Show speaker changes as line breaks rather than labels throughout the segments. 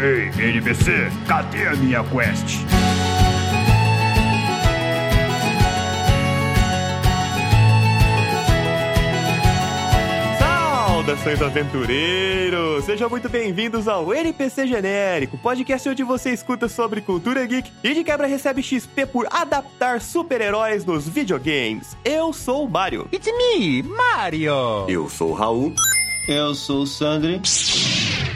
Ei, NBC, cadê a minha quest?
Saudações aventureiros! Sejam muito bem-vindos ao NPC Genérico, podcast onde você escuta sobre cultura geek e de quebra recebe XP por adaptar super-heróis nos videogames. Eu sou o Mario.
It's me, Mario!
Eu sou o Raul.
Eu sou o Sandri.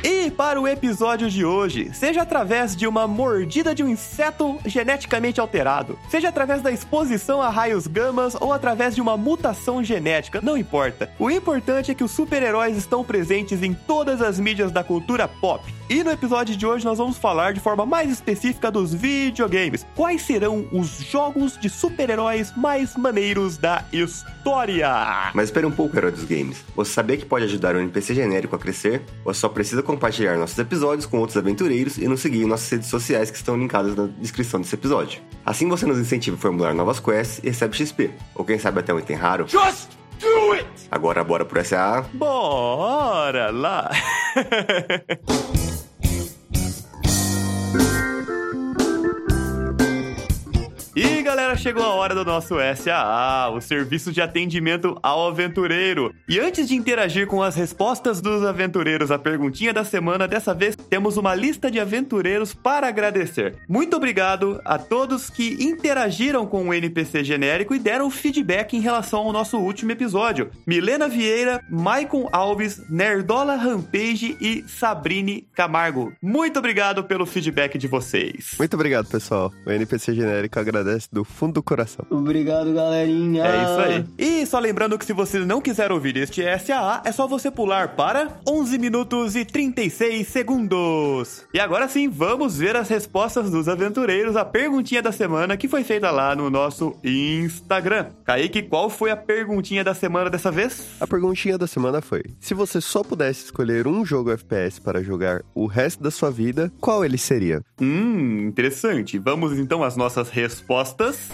E para o episódio de hoje, seja através de uma mordida de um inseto geneticamente alterado, seja através da exposição a raios gamas ou através de uma mutação genética, não importa. O importante é que os super-heróis estão presentes em todas as mídias da cultura pop. E no episódio de hoje nós vamos falar de forma mais específica dos videogames. Quais serão os jogos de super-heróis mais maneiros da história?
Mas espera um pouco, herói dos games. Você sabia que pode ajudar o NPC genérico a crescer? Ou só precisa compartilhar nossos episódios com outros aventureiros e nos seguir em nossas redes sociais que estão linkadas na descrição desse episódio. Assim você nos incentiva a formular novas quests e recebe XP, ou quem sabe até um item raro.
Just do it!
Agora bora pro SA.
Bora lá! E galera, chegou a hora do nosso SAA, o serviço de atendimento ao aventureiro. E antes de interagir com as respostas dos aventureiros à perguntinha da semana, dessa vez temos uma lista de aventureiros para agradecer. Muito obrigado a todos que interagiram com o NPC genérico e deram feedback em relação ao nosso último episódio. Milena Vieira, Maicon Alves, Nerdola Rampage e Sabrine Camargo. Muito obrigado pelo feedback de vocês.
Muito obrigado, pessoal. O NPC genérico agradece do fundo do coração.
Obrigado, galerinha.
É isso
Ah.
aí. E só lembrando que se você não quiser ouvir este SAA, é só você pular para 11 minutos e 36 segundos. E agora sim, vamos ver as respostas dos aventureiros à perguntinha da semana que foi feita lá no nosso Instagram. Kaique, qual foi a perguntinha da semana dessa vez?
A perguntinha da semana foi: se você só pudesse escolher um jogo FPS para jogar o resto da sua vida, qual ele seria?
Hum, interessante. Vamos então às nossas respostas.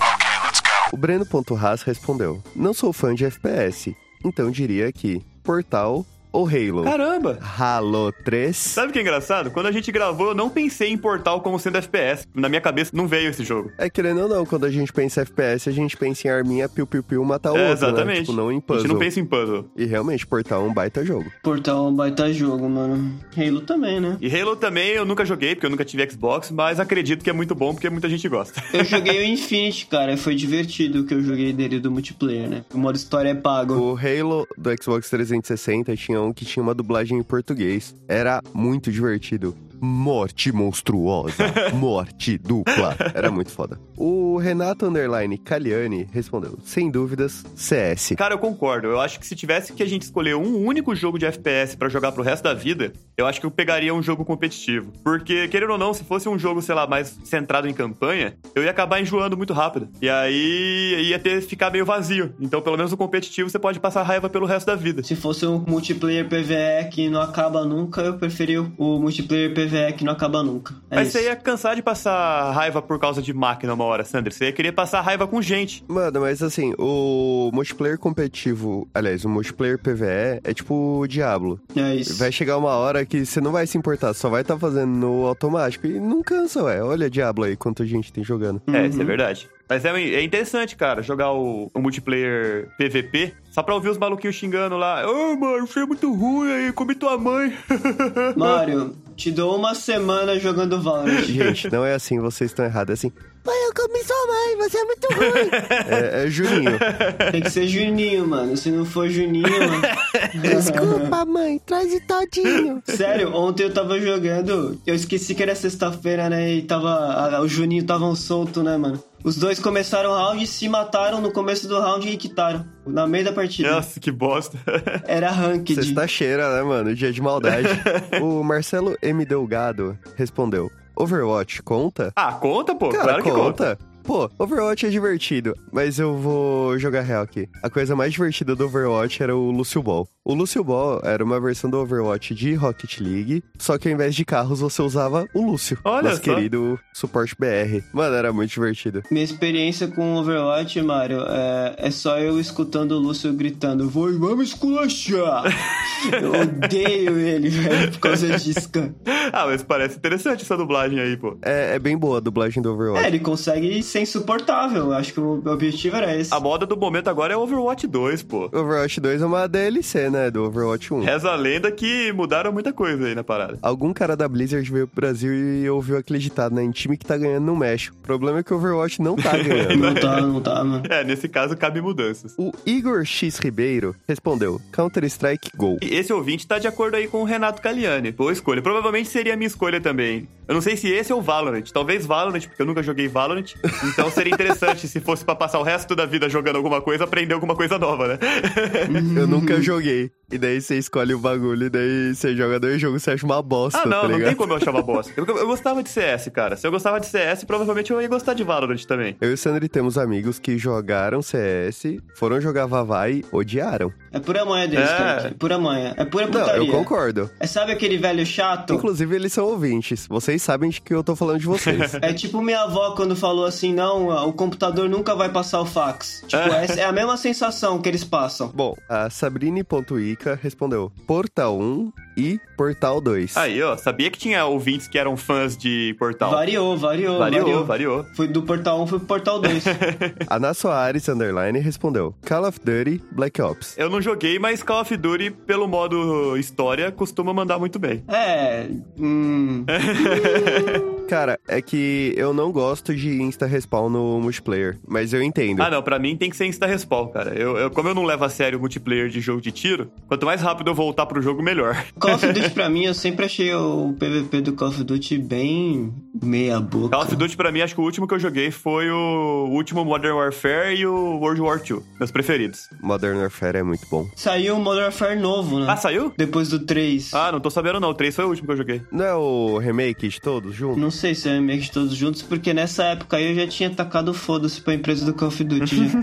O Breno.Haas respondeu: Não sou fã de FPS, então diria que Portal ou Halo.
Caramba!
Halo 3.
Sabe o que é engraçado? Quando a gente gravou, eu não pensei em Portal como sendo FPS. Na minha cabeça não veio esse jogo.
É querendo ou não, quando a gente pensa em FPS, a gente pensa em arminha, piu-piu-piu, matar o
É,
outro. né?
exatamente.
Tipo, não em
A
puzzle.
gente não pensa em puzzle.
E realmente, Portal é um baita jogo.
Portal é um baita jogo, mano. Halo também, né?
E Halo também eu nunca joguei, porque eu nunca tive Xbox, mas acredito que é muito bom porque muita gente gosta.
Eu joguei o Infinity, cara. e Foi divertido o que eu joguei dele do multiplayer, né? O modo história é pago.
O Halo do Xbox 360 tinha um que tinha uma dublagem em português. Era muito divertido. Morte monstruosa, morte dupla. Era muito foda. O Renato Underline Caliani respondeu: sem dúvidas, CS.
Cara, eu concordo. Eu acho que se tivesse que a gente escolher um único jogo de FPS pra jogar pro resto da vida, eu acho que eu pegaria um jogo competitivo. Porque, querendo ou não, se fosse um jogo, sei lá, mais centrado em campanha, eu ia acabar enjoando muito rápido. E aí ia ter ficar meio vazio. Então, pelo menos o competitivo você pode passar raiva pelo resto da vida.
Se fosse um multiplayer PVE que não acaba nunca, eu preferia o multiplayer PVE que não acaba nunca. É
Mas
isso.
você ia cansar de passar raiva por causa de máquina uma hora, Sandra. Você ia querer passar raiva com gente.
Mano, mas assim, o multiplayer competitivo, aliás, o multiplayer PVE é tipo o Diablo.
É isso.
Vai chegar uma hora que você não vai se importar, só vai estar fazendo no automático. E não cansa, ué. Olha Diablo aí, quanta gente tem jogando.
É, isso é verdade. Mas é, é interessante, cara, jogar o, o multiplayer PVP só pra ouvir os maluquinhos xingando lá. Ô, mano, você é muito ruim aí, comi tua mãe.
Mario, te dou uma semana jogando Valorant.
Gente, não é assim, vocês estão errados. É assim, pai, eu comi sua mãe, você é muito ruim. é, é Juninho.
Tem que ser Juninho, mano. Se não for Juninho, mano.
Desculpa, mãe, traz o todinho.
Sério, ontem eu tava jogando, eu esqueci que era sexta-feira, né? E tava. a- o Juninho estavam solto, né, mano? Os dois começaram o round, se mataram no começo do round e quitaram. Na meio da partida.
Nossa, que bosta.
Era ranked.
Sexta-cheira, né, mano? Dia de maldade. o Marcelo M. Delgado respondeu: Overwatch conta?
ah, conta, pô.
Cara,
claro que conta.
conta. Pô, Overwatch é divertido, mas eu vou jogar real aqui. A coisa mais divertida do Overwatch era o Lucio Ball. O Lucio Ball era uma versão do Overwatch de Rocket League, só que ao invés de carros você usava o Lúcio.
Olha
nosso
só.
querido suporte BR. Mano, era muito divertido.
Minha experiência com Overwatch, Mario, é, é só eu escutando o Lúcio gritando: Vou, vamos esculachar! eu odeio ele, velho, por causa disso, cara.
Ah, mas parece interessante essa dublagem aí, pô.
É, é bem boa a dublagem do Overwatch.
É, ele consegue ser insuportável. eu Acho que o objetivo era esse.
A moda do momento agora é Overwatch 2, pô.
Overwatch 2 é uma DLC, né? Do Overwatch 1.
Reza a lenda que mudaram muita coisa aí na parada.
Algum cara da Blizzard veio pro Brasil e ouviu aquele ditado, né? Em time que tá ganhando não mexe. O problema é que o Overwatch não tá ganhando.
Não tá, não tá, mano.
É, nesse caso cabe mudanças.
o Igor X Ribeiro respondeu: Counter-Strike Go.
E esse ouvinte tá de acordo aí com o Renato Caliani. Boa escolha. Provavelmente seria a minha escolha também. Eu não sei se esse é o Valorant. Talvez Valorant, porque eu nunca joguei Valorant. Então seria interessante se fosse pra passar o resto da vida jogando alguma coisa, aprender alguma coisa nova, né?
Eu nunca joguei. E daí você escolhe o bagulho, e daí você joga dois jogos, você acha uma bosta,
Ah, não,
tá
não
ligado?
tem como eu achar uma bosta. Eu, eu gostava de CS, cara. Se eu gostava de CS, provavelmente eu ia gostar de Valorant também.
Eu e o Sandri temos amigos que jogaram CS, foram jogar Vavai, odiaram.
É pura manha deles,
É.
cara. É pura manha. É pura
Não,
putaria.
eu concordo.
É sabe aquele velho chato?
Inclusive, eles são ouvintes. Vocês sabem de que eu tô falando de vocês.
É tipo minha avó quando falou assim: não, o computador nunca vai passar o fax. Tipo, essa é a mesma sensação que eles passam.
Bom, a Sabrine.ica respondeu Portal 1 e Portal 2.
Aí, ó, sabia que tinha ouvintes que eram fãs de Portal.
Variou, variou,
Variou,
variou.
variou.
Foi do portal 1 foi pro portal 2.
A Ana Soares, underline, respondeu Call of Duty Black Ops.
Eu não joguei, mas Call of Duty, pelo modo história, costuma mandar muito bem.
é. Hum.
Cara, é que eu não gosto de insta-respawn no multiplayer, mas eu entendo.
Ah, não, pra mim tem que ser insta respawn, cara. Eu, eu- como eu não levo a sério o multiplayer de jogo de tiro, quanto mais rápido eu voltar pro jogo, melhor.
Call of Duty pra mim, eu sempre achei o PVP do Call of Duty bem meia boca.
Call of Duty, pra mim, acho que o último que eu joguei foi o último Modern Warfare e o World War II, meus preferidos.
Modern Warfare é muito bom.
Saiu o Modern Warfare novo, né?
Ah, saiu?
Depois do 3.
Ah, não tô sabendo não. O 3 foi o último que eu joguei.
Não é o remake de todos juntos?
Não sei se é remake de todos juntos, porque nessa época aí eu já tinha tacado foda-se pra empresa do Call of Duty. já.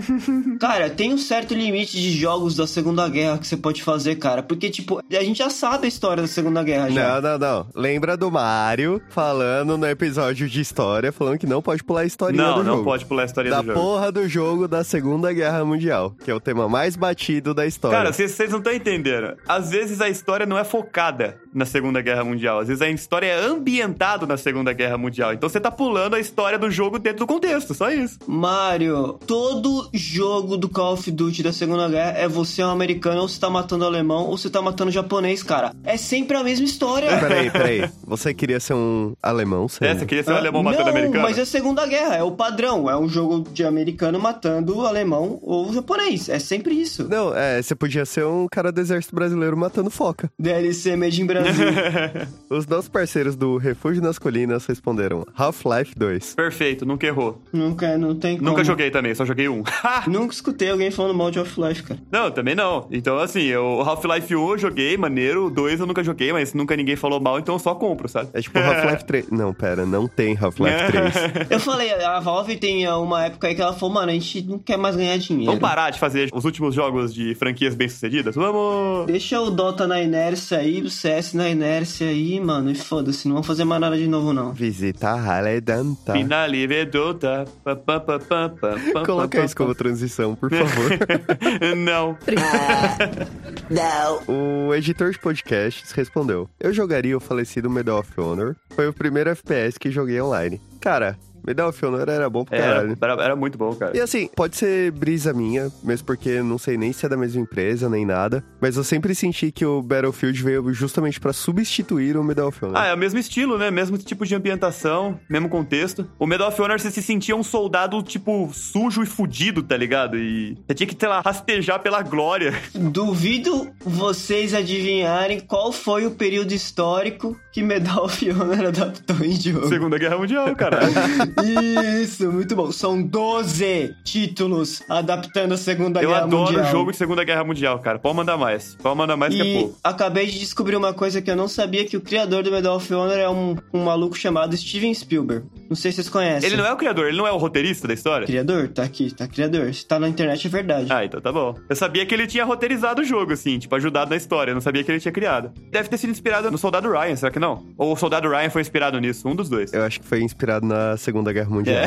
cara, tem um certo limite de jogos da Segunda Guerra que você pode fazer, cara. Porque, tipo, a gente já sabe a história da Segunda Guerra já.
Né?
Não, não, não. Lembra do Mario falando no episódio de história, falando que não pode pular a historinha
Não,
do
não
jogo.
pode pular a história
Da
do jogo.
porra do jogo da Segunda Guerra Mundial, que é o tema mais batido da história.
Cara, vocês vocês não estão entendendo. Às vezes a história não é focada na Segunda Guerra Mundial. Às vezes a história é ambientada na Segunda Guerra Mundial. Então você tá pulando a história do jogo dentro do contexto, só isso.
Mario, todo jogo do Call of Duty da Segunda Guerra é você é um americano, ou você tá matando alemão, ou você tá matando japonês, cara. É sempre a mesma história.
Peraí, peraí. Você queria ser um alemão, sério?
É, você queria ser um alemão
não,
matando americano?
mas é Segunda Guerra, é o padrão. É um jogo de americano matando alemão ou japonês. É sempre isso.
Não, é, você podia ser um cara do exército brasileiro matando foca.
DLC Made in Brasil.
Os nossos parceiros do Refúgio nas Colinas responderam Half-Life 2.
Perfeito, nunca errou.
Nunca, não tem como.
Nunca joguei também, só joguei um.
Nunca escutei alguém falando mal de Half-Life, cara.
não, também não. Então, assim, eu- o Half-Life 1 eu joguei, maneiro. O 2 eu nunca joguei, mas nunca ninguém falou mal, então eu só compro, sabe?
É tipo Half-Life 3. Não, pera, não tem Half-Life 3.
Eu falei, a Valve tem ah, uma época aí que ela falou, mano, a gente não quer mais ganhar dinheiro.
Vamos parar de fazer os últimos jogos de franquias bem-sucedidas? Vamos!
Deixa o Dota na inércia aí, o CS na inércia aí, mano, e foda-se, não vamos fazer mais nada de novo, não.
Visita Halle Danta.
Finale vedota. pa, pa, pa, pa, pa, pa,
Coloca
pa,
isso
pa,
como transição, por favor.
Não.
o editor de podcasts respondeu: Eu jogaria o falecido Medal of Honor. Foi o primeiro FPS que joguei online. Cara, Medal of Honor era bom pra
Era,
caralho.
era, era muito bom, cara.
E assim, pode ser brisa minha, mesmo porque não sei nem se é da mesma empresa, nem nada. Mas eu sempre senti que o Battlefield veio justamente pra substituir o Medal of Honor.
Ah, é o mesmo estilo, né? Mesmo tipo de ambientação, mesmo contexto. O Medal of Honor, você se sentia um soldado, tipo, sujo e fudido, tá ligado? E você tinha que, sei lá, rastejar pela glória.
Duvido vocês adivinharem qual foi o período histórico que Medal of Honor adaptou em jogo.
Segunda Guerra Mundial, cara.
Isso, muito bom. São 12 títulos adaptando a Segunda
Eu
Guerra
adoro
Mundial.
jogo de Segunda Guerra Mundial, cara. Pode mandar mais. Pode mandar mais que é
E
pouco.
acabei de descobrir uma coisa que eu não sabia, que o criador do Medal of Honor é um, um maluco chamado Steven Spielberg. Não sei se vocês conhecem.
Ele não é o criador, ele não é o roteirista da história?
Criador? Tá aqui, tá criador. Se tá na internet é verdade.
Ah, então tá bom. Eu sabia que ele tinha roteirizado o jogo, assim, tipo, ajudado na história. Eu não sabia que ele tinha criado. Deve ter sido inspirado no Soldado Ryan, será que não? Ou o Soldado Ryan foi inspirado nisso, um dos dois.
Eu acho que foi inspirado na Segunda Guerra Mundial.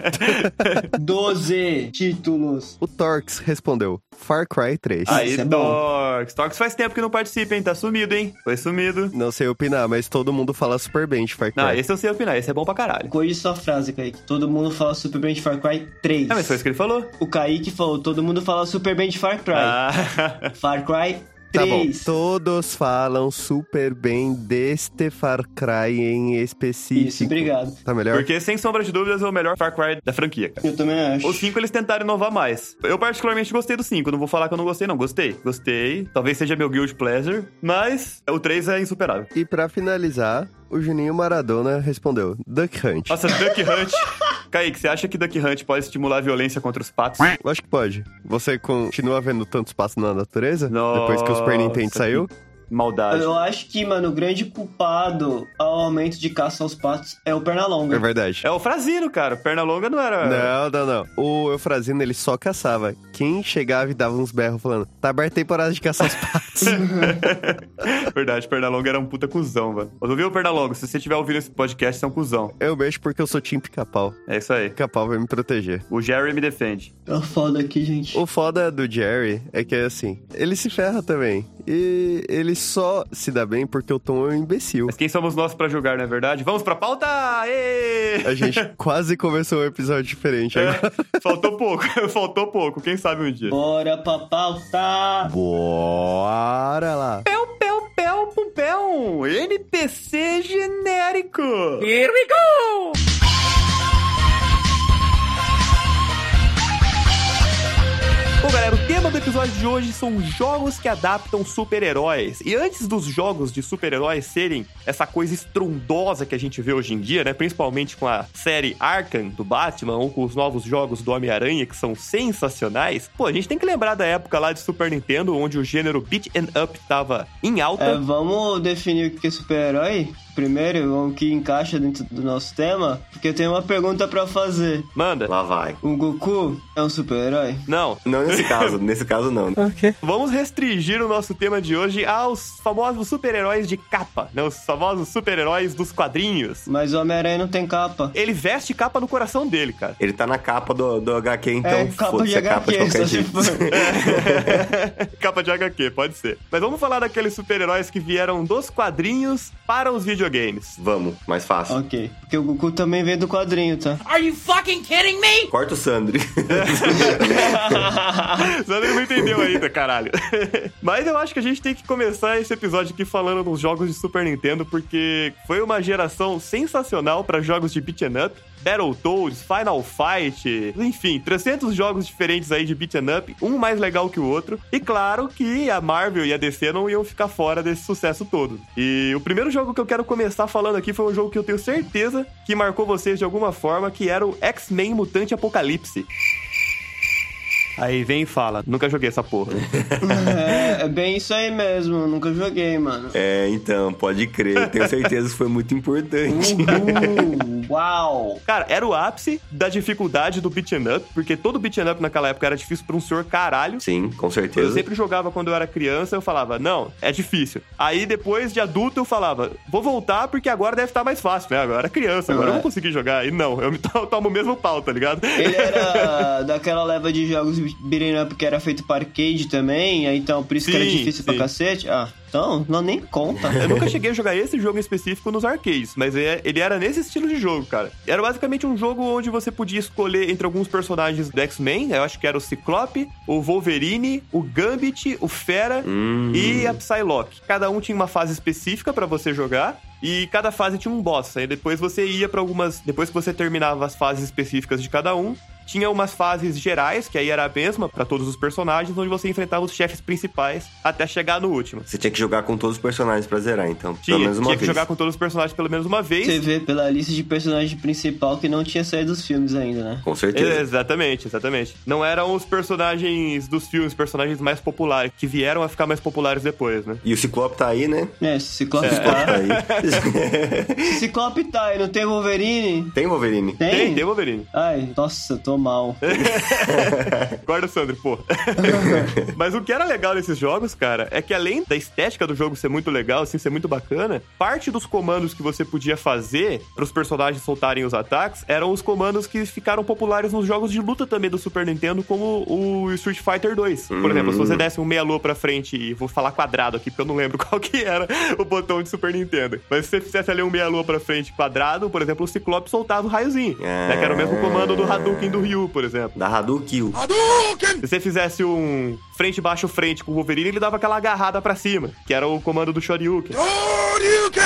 É. 12 títulos.
O Torx respondeu: Far Cry 3.
Ah,
Aí,
isso é bom.
Torx. Torx faz tempo que não participa, hein? Tá sumido, hein? Foi sumido.
Não sei opinar, mas todo mundo fala super bem de Far Cry.
Não, esse eu sei opinar, esse é bom pra caralho.
Corrige sua frase, Kaique. Todo mundo fala Super Band Far Cry 3.
Ah, mas foi isso que ele falou.
O Kaique falou, todo mundo fala Super Band Far Cry.
Ah,
Far Cry
Tá bom,
3.
todos falam super bem deste Far Cry em específico.
Isso, obrigado.
Tá melhor?
porque sem sombra de dúvidas é o melhor Far Cry da franquia, cara.
Eu também acho.
O 5 eles tentaram inovar mais. Eu particularmente gostei do 5, não vou falar que eu não gostei, não. Gostei, gostei. Talvez seja meu guild pleasure, mas o 3 é insuperável.
E pra finalizar, o Juninho Maradona respondeu: Duck Hunt.
Nossa, Duck Hunt. Kaique, você acha que Duck Hunt pode estimular a violência contra os patos?
Lógico que pode. Você continua vendo tanto espaço na natureza?
Nossa,
depois que o Super Nintendo
que
saiu?
Maldade.
Eu acho que, mano, o grande culpado ao aumento de caça aos patos é o
É
Pernalonga.
verdade.
É o Frazino, cara. Perna longa não era.
Não, não, não. O Eufrazino, ele só caçava. Quem chegava e dava uns berros falando, tá aberta a temporada de caçar os patos.
Verdade, Pernalonga era um puta cuzão, mano. Mas Ouviu, Pernalonga? Se você estiver ouvindo esse podcast, você é um cuzão.
eu beijo porque eu sou Tim Pica-Pau.
É isso aí.
Pica-Pau vai me proteger.
O Jerry me defende.
Tá foda aqui, gente.
O foda do Jerry é que é assim, ele se ferra também. E ele só se dá bem porque o Tom é um imbecil.
Mas quem somos nós pra julgar, não é verdade? Vamos pra pauta! Ê!
A gente quase começou um episódio diferente agora.
É, faltou pouco, faltou pouco. Quem sabe um dia.
Bora pra pauta!
Bora lá.
Pel, pel, pel, pum, pel. NPC genérico. Bom, galera, o tema do episódio de hoje são jogos que adaptam super-heróis. E antes dos jogos de super-heróis serem essa coisa estrondosa que a gente vê hoje em dia, né? Principalmente com a série Arkham do Batman ou com os novos jogos do Homem-Aranha que são sensacionais. Pô, a gente tem que lembrar da época lá de Super Nintendo, onde o gênero beat and up tava em alta.
É, vamos definir o que é super-herói? Primeiro, o que encaixa dentro do nosso tema? Porque eu tenho uma pergunta pra fazer.
Manda.
Lá vai.
O Goku é um super-herói?
Não,
Não nesse caso, nesse caso não.
Vamos restringir o nosso tema de hoje aos famosos super-heróis de capa, né? Os famosos super-heróis dos quadrinhos.
Mas o Homem-Aranha não tem capa.
Ele veste capa no coração dele, cara.
Ele tá na capa do, do HQ,
é
então
capa de
foda-se a capa de
HQ, só
qualquer
se
jeito.
for.
capa de HQ, pode ser. Mas vamos falar daqueles super-heróis que vieram dos quadrinhos para os videogames.
Vamos, mais fácil.
ok, porque o Goku também vem do quadrinho, tá?
Corta o Sandro.
Você não entendeu ainda, caralho. Mas eu acho que a gente tem que começar esse episódio aqui falando dos jogos de Super Nintendo, porque foi uma geração sensacional para jogos de beat'em up, Battletoads, Final Fight, enfim, 300 jogos diferentes aí de beat'em up, um mais legal que o outro. E claro que a Marvel e a DC não iam ficar fora desse sucesso todo. E o primeiro jogo que eu quero começar falando aqui foi um jogo que eu tenho certeza que marcou vocês de alguma forma, que era o X-Men Mutante Apocalipse. Aí vem e fala, nunca joguei essa porra.
É, é bem isso aí mesmo, eu nunca joguei, mano.
é, então, pode crer. Tenho certeza que foi muito importante.
Uhul, uau!
Cara, era o ápice da dificuldade do beat'em up, porque todo beat'em up naquela época era difícil pra um senhor caralho.
Sim, com certeza.
Eu sempre jogava quando eu era criança, eu falava, não, é difícil. Aí depois de adulto eu falava, vou voltar porque agora deve estar mais fácil, né? Agora é criança, agora eu
É.
vou conseguir jogar. E não, eu me to- tomo o mesmo pau, tá ligado?
Ele era daquela leva de jogos beating up que era feito para arcade também, aí então por isso que era
Sim, sim.
difícil
É
pra cacete. Ah, então, não nem conta.
Eu nunca cheguei a jogar esse jogo em específico nos arcades, mas é- ele era nesse estilo de jogo, cara. Era basicamente um jogo onde você podia escolher entre alguns personagens do X-Men, né? eu acho que era o Ciclope, o Wolverine, o Gambit, o Fera
Hum.
e a Psylocke. Cada um tinha uma fase específica pra você jogar. E cada fase tinha um boss. Aí depois você ia pra algumas. Depois que você terminava as fases específicas de cada um, Tinha umas fases gerais, que aí era a mesma pra todos os personagens, onde você enfrentava os chefes principais até chegar no último.
Você tinha que jogar com todos os personagens pra zerar, então.
Tinha,
pelo menos uma
tinha que
vez.
jogar com todos os personagens pelo menos uma vez.
Você vê pela lista de personagem principal que não tinha saído dos filmes ainda, né?
Com certeza.
Exatamente, exatamente. Não eram os personagens dos filmes, personagens mais populares, que vieram a ficar mais populares depois, né?
E o Ciclope tá aí, né?
É, Ciclope
Tá
tá.
aí.
Ciclope tá aí, não tem Wolverine?
Tem Wolverine?
Tem?
Tem, tem Wolverine. É.
Ai, nossa, tô mal.
Guarda o Sandro, pô. Mas o que era legal nesses jogos, cara, é que além da estética do jogo ser muito legal, assim, ser muito bacana, parte dos comandos que você podia fazer para os personagens soltarem os ataques eram os comandos que ficaram populares nos jogos de luta também do Super Nintendo, como o Street Fighter 2. Por exemplo, se você desse um meia lua pra frente e vou falar quadrado aqui, porque eu não lembro qual que era o botão de Super Nintendo. Mas se você fizesse ali um meia lua pra frente quadrado, por exemplo, o Ciclope soltava o raiozinho. né, que era o mesmo comando do Hadouken do Ryu, por exemplo.
Da Hadouken.
Se você fizesse um frente baixo frente com o Wolverine, ele dava aquela agarrada pra cima, que era o comando do Shoryuken.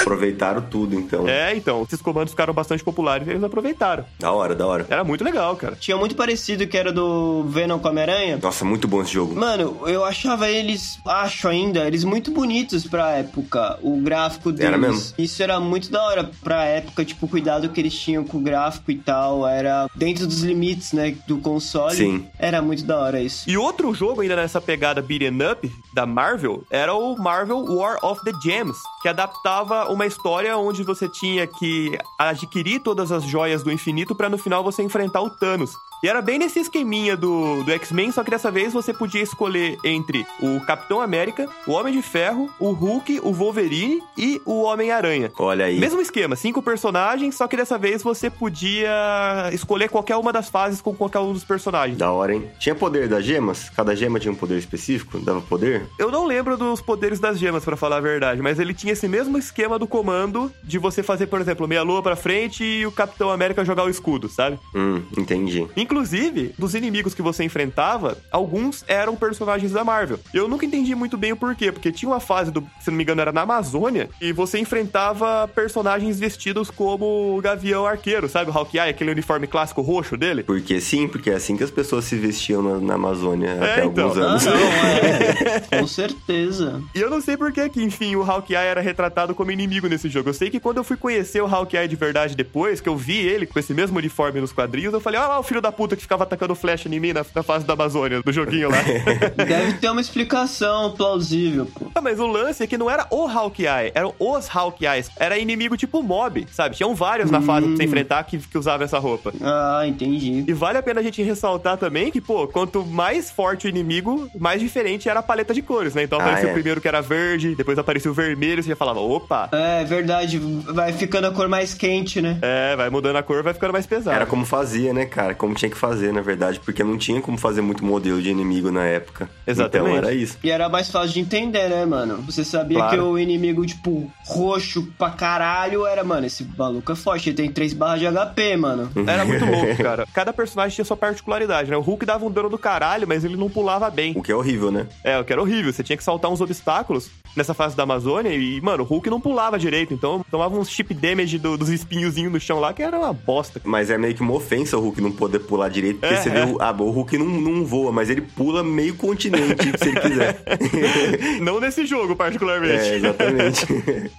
Aproveitaram tudo, então.
É, então, esses comandos ficaram bastante populares e eles aproveitaram.
Da hora, da hora.
Era muito legal, cara.
Tinha muito parecido que era do Venom com a Homem-Aranha.
Nossa, muito bom esse jogo.
Mano, eu achava eles, acho ainda, eles muito bonitos pra época. O gráfico deles.
Era mesmo.
Isso era muito da hora pra época, tipo, o cuidado que eles tinham com o gráfico e tal. Era dentro dos limites, né, do console.
Sim.
Era muito da hora isso.
E outro jogo ainda nessa pegada beat'em up da Marvel era o Marvel War of the Gems, que adaptava uma história onde você tinha que adquirir todas as joias do infinito pra no final você enfrentar o Thanos. E era bem nesse esqueminha do, do X-Men, só que dessa vez você podia escolher entre o Capitão América, o Homem de Ferro, o Hulk, o Wolverine e o Homem-Aranha.
Olha aí.
Mesmo esquema, cinco personagens, só que dessa vez você podia escolher qualquer uma das fases com qualquer um dos personagens.
Da hora, hein? Tinha poder das gemas? Cada gema tinha um poder específico? Dava poder?
Eu não lembro dos poderes das gemas, pra falar a verdade, mas ele tinha esse mesmo esquema do comando de você fazer, por exemplo, meia lua pra frente e o Capitão América jogar o escudo, sabe?
Hum, entendi.
Inclusive, dos inimigos que você enfrentava, alguns eram personagens da Marvel. Eu nunca entendi muito bem o porquê, porque tinha uma fase do, se não me engano, era na Amazônia, e você enfrentava personagens vestidos como o Gavião Arqueiro, sabe? O Hawkeye, aquele uniforme clássico roxo dele.
Porque sim, porque é assim que as pessoas se vestiam na, na Amazônia até
então.
alguns
Ah,
anos.
não, é. Com certeza.
E eu não sei por que, que, enfim, o Hawkeye era retratado como inimigo nesse jogo. Eu sei que quando eu fui conhecer o Hawkeye de verdade depois, que eu vi ele com esse mesmo uniforme nos quadrinhos, eu falei, olha lá o filho da puta que ficava atacando flecha em mim na, na fase da Amazônia, do joguinho lá.
Deve ter uma explicação plausível, pô.
Ah, Mas o lance é que não era o Hawkeye, eram os Hawkeyes. Era inimigo tipo mob, sabe? Tinham vários na fase
Hum.
pra você enfrentar que, que usavam essa roupa.
Ah, entendi.
E vale a pena a gente ressaltar também que, pô, quanto mais forte o inimigo, mais diferente era a paleta de cores, né? Então
Ah,
apareceu
é.
o primeiro que era verde, depois apareceu o vermelho, você já falava, opa,
É verdade, vai ficando a cor mais quente, né?
É, vai mudando a cor, vai ficando mais pesado.
Era como fazia, né, cara? Como tinha que fazer, na verdade, porque não tinha como fazer muito modelo de inimigo na época.
Exatamente.
Então era isso.
E era mais fácil de entender, né, mano? Você sabia
Claro.
que o inimigo, tipo, roxo pra caralho era, mano, esse maluco é forte, ele tem 3 barras de HP, mano.
Era muito louco, cara. Cada personagem tinha sua particularidade, né? O Hulk dava um dano do caralho, mas ele não pulava bem.
O que é horrível, né?
É, o que era horrível. Você tinha que saltar uns obstáculos nessa fase da Amazônia e, mano, o Hulk não pulava direito. Então tomava uns chip damage do- dos espinhozinhos no chão lá, que era uma bosta.
Mas é meio que uma ofensa o Hulk não poder pular direito, porque
É,
você
é.
vê o. Ah, bom, o Hulk não, não voa, mas ele pula meio continente, se ele quiser.
Não nesse jogo, particularmente.
é, exatamente.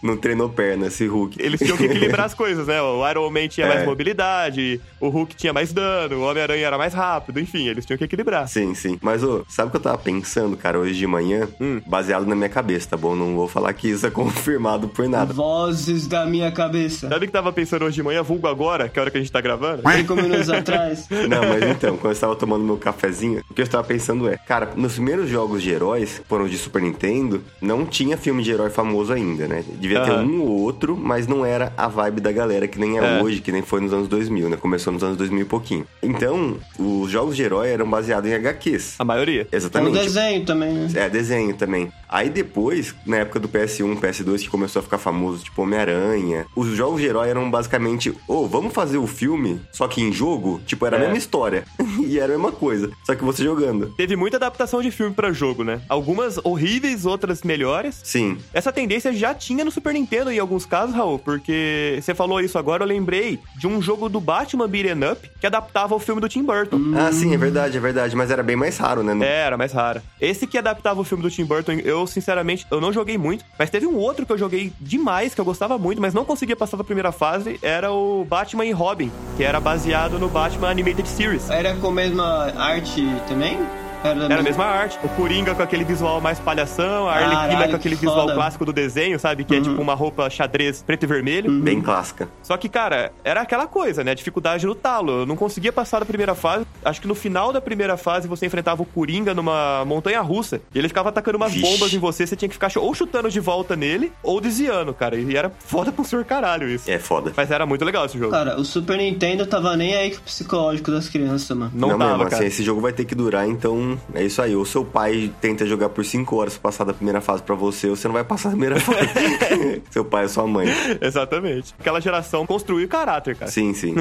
não treinou perna esse Hulk.
Eles tinham que equilibrar as coisas, né? O Iron Man tinha mais
É.
mobilidade, o Hulk tinha mais dano, o Homem-Aranha era mais rápido, enfim, eles tinham que equilibrar.
Sim, sim. Mas, ô, sabe o que eu tava pensando, cara, hoje de manhã?
Hum.
Baseado na minha cabeça, tá bom? Não vou falar que isso é confirmado por nada.
Vozes da minha cabeça.
Sabe o que tava pensando hoje de manhã, vulgo agora, que é a hora que a gente tá gravando?
Cinco minutos atrás.
Não, mas então, quando eu estava tomando meu cafezinho, o que eu estava pensando é, cara, nos primeiros jogos de heróis, que foram de Super Nintendo, não tinha filme de herói famoso ainda, né? Devia ter
Aham.
um ou outro, mas não era a vibe da galera que nem é,
É.
hoje, que nem foi nos anos 2000, né? Começou nos anos 2000 e pouquinho. Então, os jogos de herói eram baseados em HQs.
A maioria.
É um
Exatamente.
desenho também, né?
É, desenho também. Aí depois, na época do PS1, PS2, que começou a ficar famoso, tipo Homem-Aranha, os jogos de herói eram basicamente, ô, vamos fazer o filme, só que em jogo, tipo, era a
É.
mesma história. e era a mesma coisa, só que você jogando.
Teve muita adaptação de filme pra jogo, né? Algumas horríveis, outras músicas melhores.
Sim.
Essa tendência já tinha no Super Nintendo em alguns casos, Raul, porque você falou isso agora, eu lembrei de um jogo do Batman Beat'em Up que adaptava o filme do Tim Burton.
Ah, sim, é verdade, é verdade. Mas era bem mais raro, né?
É, era mais rara. Esse que adaptava o filme do Tim Burton, eu sinceramente, eu não joguei muito, mas teve um outro que eu joguei demais, que eu gostava muito, mas não conseguia passar da primeira fase, era o Batman e Robin, que era baseado no Batman Animated Series.
Era com a mesma arte também? Era, da
Era a mesma arte. O Coringa com aquele visual mais palhação, a Arlequina
Caralho,
com aquele
que
visual
foda. Uhum.
clássico do desenho, sabe? Que é tipo uma roupa xadrez preto e vermelho.
Bem clássica.
Só que, cara, era aquela coisa, né? Dificuldade no talo. Eu não conseguia passar da primeira fase. Acho que no final da primeira fase você enfrentava o Coringa numa montanha russa. E ele ficava atacando umas
Vixe.
bombas em você. Você tinha que ficar ou chutando de volta nele ou desviando, cara. E era foda pro senhor caralho isso.
É foda.
Mas era muito legal esse jogo.
Cara, o Super Nintendo tava nem aí com o psicológico das crianças, mano.
não, tava,
mesmo,
cara.
assim, esse jogo vai ter que durar, então é isso aí. Ou seu pai tenta jogar por 5 horas pra passar da primeira fase pra você, ou você não vai passar da primeira fase. seu pai ou sua mãe.
Exatamente. Aquela geração construiu caráter, cara.
Sim, sim.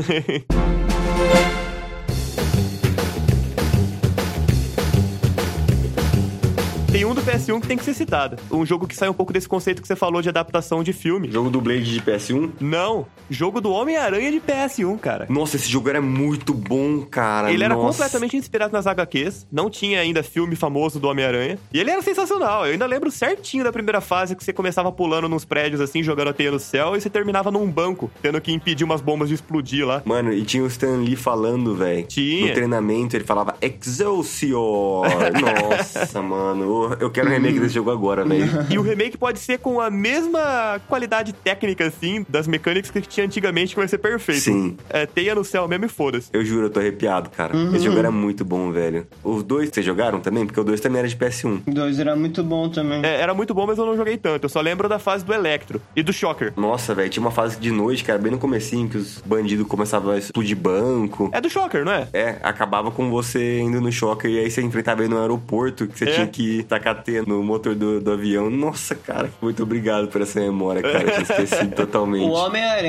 Tem um do PS1 que tem que ser citado. Um jogo que sai um pouco desse conceito que você falou de adaptação de filme.
jogo do Blade de PS1.
Não, jogo do Homem-Aranha de PS1, cara.
Nossa, esse jogo era muito bom, cara.
Ele era
Nossa.
completamente inspirado nas HQs, não tinha ainda filme famoso do Homem-Aranha. E ele era sensacional. Eu ainda lembro certinho da primeira fase que você começava pulando nos prédios assim, jogando a teia no céu, e você terminava num banco, tendo que impedir umas bombas de explodir lá.
Mano, e tinha o Stan Lee falando, velho.
Tinha.
No treinamento ele falava Excelsior. Nossa, mano. Eu quero o remake desse jogo agora, velho.
E o remake pode ser com a mesma qualidade técnica, assim, das mecânicas que tinha antigamente, que vai ser perfeito.
Sim.
É, teia no céu mesmo e foda-se.
Eu juro, eu tô arrepiado, cara.
Uhum.
Esse jogo era muito bom, velho. Os dois vocês jogaram também? Porque o dois também era de PS1.
O 2 era muito bom também.
É, era muito bom, mas eu não joguei tanto. Eu só lembro da fase do Electro e do Shocker.
Nossa, velho, tinha uma fase de noite, cara, bem no comecinho, que os bandidos começavam a explodir banco.
É do Shocker, não é?
É, acabava com você indo no choque e aí você enfrentava ele no aeroporto, que você
É.
tinha que tacar teia no motor do, do avião. Nossa, cara, muito obrigado por essa memória, cara. Eu tinha esquecido
O
totalmente.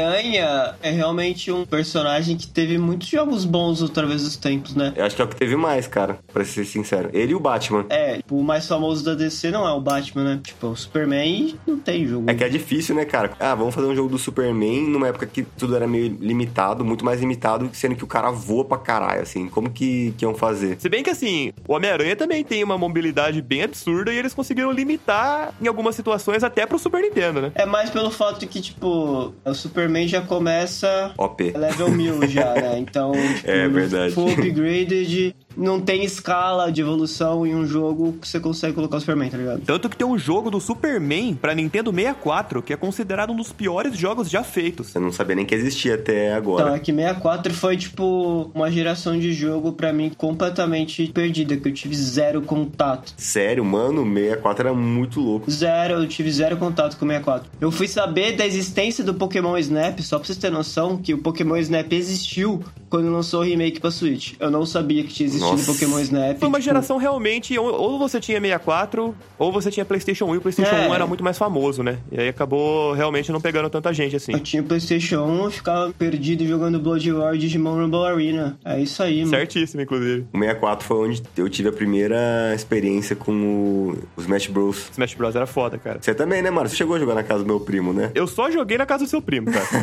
Homem-Aranha é realmente um personagem que teve muitos jogos bons através dos tempos, né?
Eu acho que é o que teve mais, cara, pra ser sincero. Ele e o Batman.
É, tipo, o mais famoso da DC não é o Batman, né? Tipo, é o Superman e não tem jogo.
É que é difícil, né, cara? Ah, vamos fazer um jogo do Superman numa época que tudo era meio limitado, muito mais limitado, sendo que o cara voa pra caralho, assim. Como que, que iam fazer?
Se bem que assim, o Homem-Aranha também tem uma mobilidade bem absurda e eles conseguiram limitar em algumas situações até pro Super Nintendo, né?
É mais pelo fato que, tipo, o Superman já começa
OP.
level 1000 já, né? Então, tipo,
É verdade.
full upgraded, não tem escala de evolução em um jogo que você consegue colocar o Superman, tá ligado?
Tanto que tem um jogo do Superman pra Nintendo 64, que é considerado um dos piores jogos já feitos.
Você não sabia nem que existia até
Então,
agora.
é que 64 foi, tipo, uma geração de jogo pra mim completamente perdida, que eu tive zero contato.
Sério, mano, o 64 era muito louco.
Zero, eu tive zero contato com o 64. Eu fui saber da existência do Pokémon Snap, só pra vocês terem noção que o Pokémon Snap existiu quando lançou o remake pra Switch. Eu não sabia que tinha existido
Nossa.
Pokémon Snap.
Foi uma
tipo,
geração realmente, ou- ou você tinha 64, ou você tinha PlayStation 1, e o PlayStation
É.
1 era muito mais famoso, né? E aí acabou realmente não pegando tanta gente assim.
Eu tinha PlayStation 1, eu ficava perdido jogando Blood War e Digimon Rumble Arena. É isso aí, mano.
Certíssimo, inclusive.
O 64 foi onde eu tive a primeira experiência com o, os Smash Bros.
Smash Bros era foda, cara.
Você também, né, mano? Você chegou a jogar na casa do meu primo, né?
Eu só joguei na casa do seu primo, cara.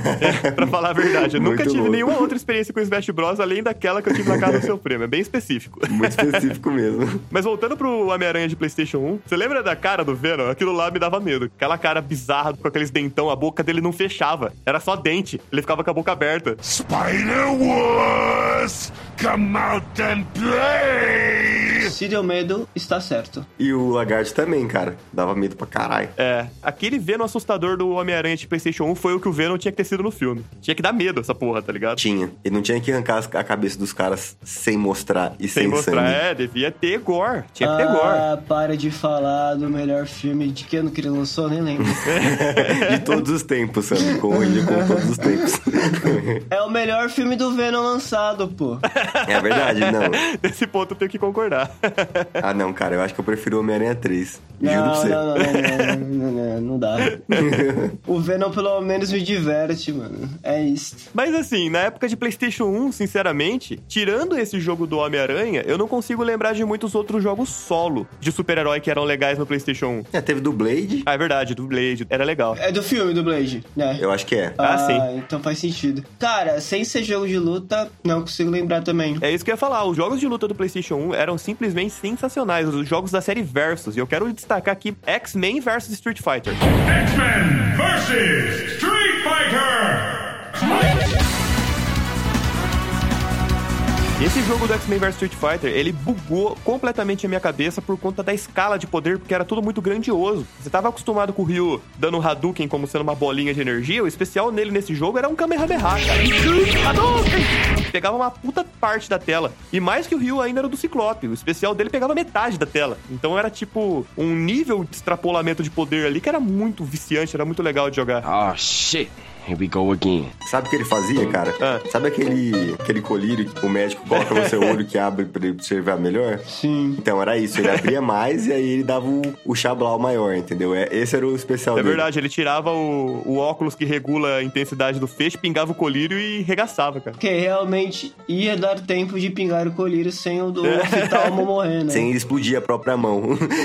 É, pra falar a verdade. Eu nunca
Muito
tive
louco.
nenhuma outra experiência com Smash Bros. além daquela que eu tive na casa do seu primo. É bem específico.
Muito específico mesmo.
Mas voltando pro Homem-Aranha de PlayStation 1, você lembra da cara do Venom? Aquilo lá me dava medo. Aquela cara bizarra com aqueles dentão, a boca dele não fechava. Era só dente. Ele ficava com a boca aberta.
Spider Wars! Come out and play!
Se deu medo, está certo.
E o lagarto também, cara. Dava medo pra caralho.
É, aquele Venom assustador do Homem-Aranha de PlayStation 1 foi o que o Venom tinha que ter sido no filme. Tinha que dar medo essa porra, tá ligado?
Tinha. E não tinha que arrancar as- a cabeça dos caras sem mostrar e sem,
Sem mostrar,
sangue.
é, devia ter gore. Tinha que ter gore.
Ah, para de falar do melhor filme de que ano que ele lançou, nem lembro.
De todos os tempos, sabe? Com hoje, com todos os tempos.
é o melhor filme do Venom lançado, pô.
é verdade, não.
Nesse ponto eu tenho que concordar.
Ah, não, cara. Eu acho que eu prefiro o Homem-Aranha 3. Juro pra
Não,
você.
não, não, não, não, não, não, não dá. O Venom pelo menos me diverte, mano. É isso.
Mas assim, na época de PlayStation 1, 1, sinceramente, tirando esse jogo do Homem-Aranha, eu não consigo lembrar de muitos outros jogos solo de super-herói que eram legais no PlayStation 1.
É, teve do Blade,
Ah, é verdade, do Blade, era legal.
É do filme do Blade, né?
eu acho que é.
Ah, sim.
Então faz sentido. Cara, sem ser jogo de luta, não consigo lembrar também.
É isso que eu ia falar, os jogos de luta do PlayStation 1 eram simplesmente sensacionais, os jogos da série Versus, e eu quero destacar aqui X-Men versus Street Fighter.
X-Men versus Street Fighter!
Esse jogo do X-Men vs Street Fighter, ele bugou completamente a minha cabeça por conta da escala de poder, porque era tudo muito grandioso. Você tava acostumado com o Ryu dando um Hadouken como sendo uma bolinha de energia, o especial nele nesse jogo era um Kamehameha, cara. Hadouken! Pegava uma puta parte da tela. E mais que o Ryu ainda era do Ciclope, o especial dele pegava metade da tela. Então era tipo um nível de extrapolamento de poder ali que era muito viciante, era muito legal de jogar.
Ah,
Oh shit, here we go again.
Sabe o que ele fazia, cara?
Ah.
Sabe aquele, aquele colírio que o médico coloca no seu olho que abre pra ele observar melhor?
Sim.
Então era isso, ele abria mais e aí ele dava o, o xablau maior, entendeu? É, esse era o especial
É
dele.
verdade, ele tirava o, o óculos que regula a intensidade do feixe, pingava o colírio e regaçava, cara.
Porque realmente ia dar tempo de pingar o colírio sem o do oftalmo morrer, né?
Sem explodir a própria mão.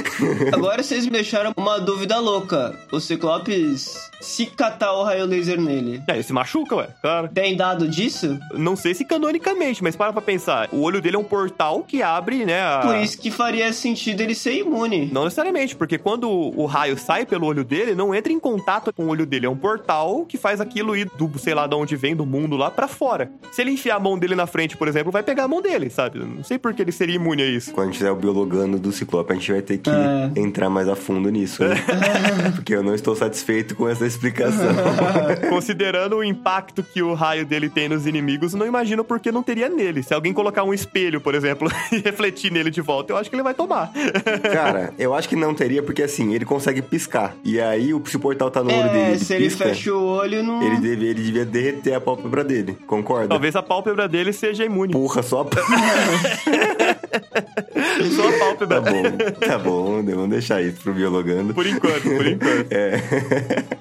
Agora vocês me deixaram uma dúvida louca. O Ciclopes, se catar o raio laser nele,
É, ele se machuca, ué, claro.
tem dado disso?
Não sei se canonicamente, mas para pra pensar. O olho dele é um portal que abre, né? a-
Ah.
Por isso que faria sentido ele ser imune.
Não necessariamente, porque quando o raio sai pelo olho dele, não entra em contato com o olho dele. É um portal que faz aquilo ir do, sei lá, de onde vem, do mundo lá pra fora. Se ele enfiar a mão dele na frente, por exemplo, vai pegar a mão dele, sabe? Não sei por que ele seria imune a isso.
Quando a gente fizer o biologando do Ciclope, a gente vai ter que
É.
entrar mais a fundo nisso, né? Porque eu não estou satisfeito com essa explicação.
Considerando o impacto que o raio dele tem nos inimigos, não imagino por que não teria nele. Se alguém colocar um espelho, por exemplo, e refletir nele de volta, eu acho que ele vai tomar.
Cara, eu acho que não teria, porque assim, ele consegue piscar. E aí, o- se o portal tá no olho dele,
É,
ele
se ele
pisca,
fecha o olho, não.
ele, deve, ele devia derreter a pálpebra dele, concorda?
Talvez a pálpebra dele seja imune.
Porra, só a...
Só a pálpebra.
Tá bom, tá bom, vamos deixar isso pro biologando. É,
Por enquanto, por enquanto.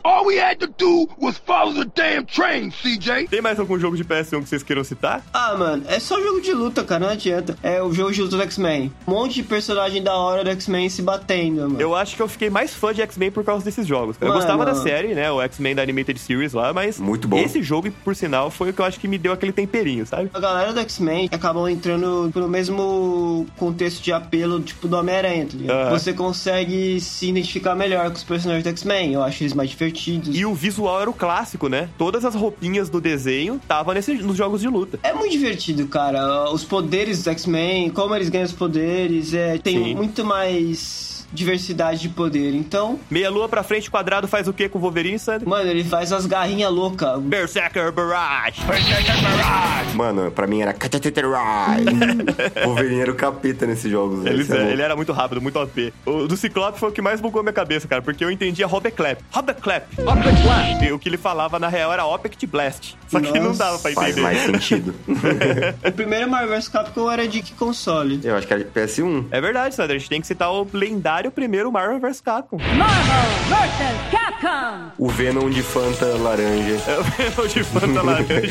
All we had to do was follow the damn train, CJ!
Tem mais algum jogo de PS1 que vocês queiram citar?
Ah, mano, é só jogo de luta, cara, não adianta. É o jogo de luta do X-Men. Um monte de personagem da hora do X-Men se batendo, mano.
Eu acho que eu fiquei mais fã de X-Men por causa desses jogos. cara. Eu
Mano.
gostava da série, né? O X-Men da Animated Series lá, mas.
Muito bom.
Esse jogo, por sinal, foi o que eu acho que me deu aquele temperinho, sabe?
A galera do X-Men acabam entrando pelo mesmo contexto de apelo, tipo, do Homem-Aranha, tá ligado?
Aham.
Você consegue se identificar melhor com os personagens do X-Men. Eu acho eles mais divertidos.
E o visual era o clássico, né? Todas as roupinhas do desenho estavam nos jogos de luta.
É muito divertido, cara. Os poderes do X-Men, como eles ganham os poderes, é, tem
Sim.
muito mais diversidade de poder. Então,
Meia lua pra frente, quadrado faz o que com o Wolverine, Sandro?
mano, ele faz as garrinhas loucas.
Berserker Barrage!
Mano, pra mim era... Cateteterai. Wolverine era o capeta nesses jogos. velho,
Ele,
cê é louco.
ele era muito rápido, muito OP. O do Ciclope foi o que mais bugou minha cabeça, cara, porque eu entendia Robert Clap. Robert Clap. Robert Clap. E o que ele falava, na real, era Opect Blast. Só que não
Nossa.
dava pra
Faz
entender.
mais sentido.
O primeiro é Marvel vs Capcom era de que console?
eu acho que era um. de PS1.
É verdade, Sandra. A gente tem que citar o lendário primeiro Marvel vs Capcom.
Marvel vs. Capcom!
O Venom de Fanta laranja.
É o de Fanta Laranja.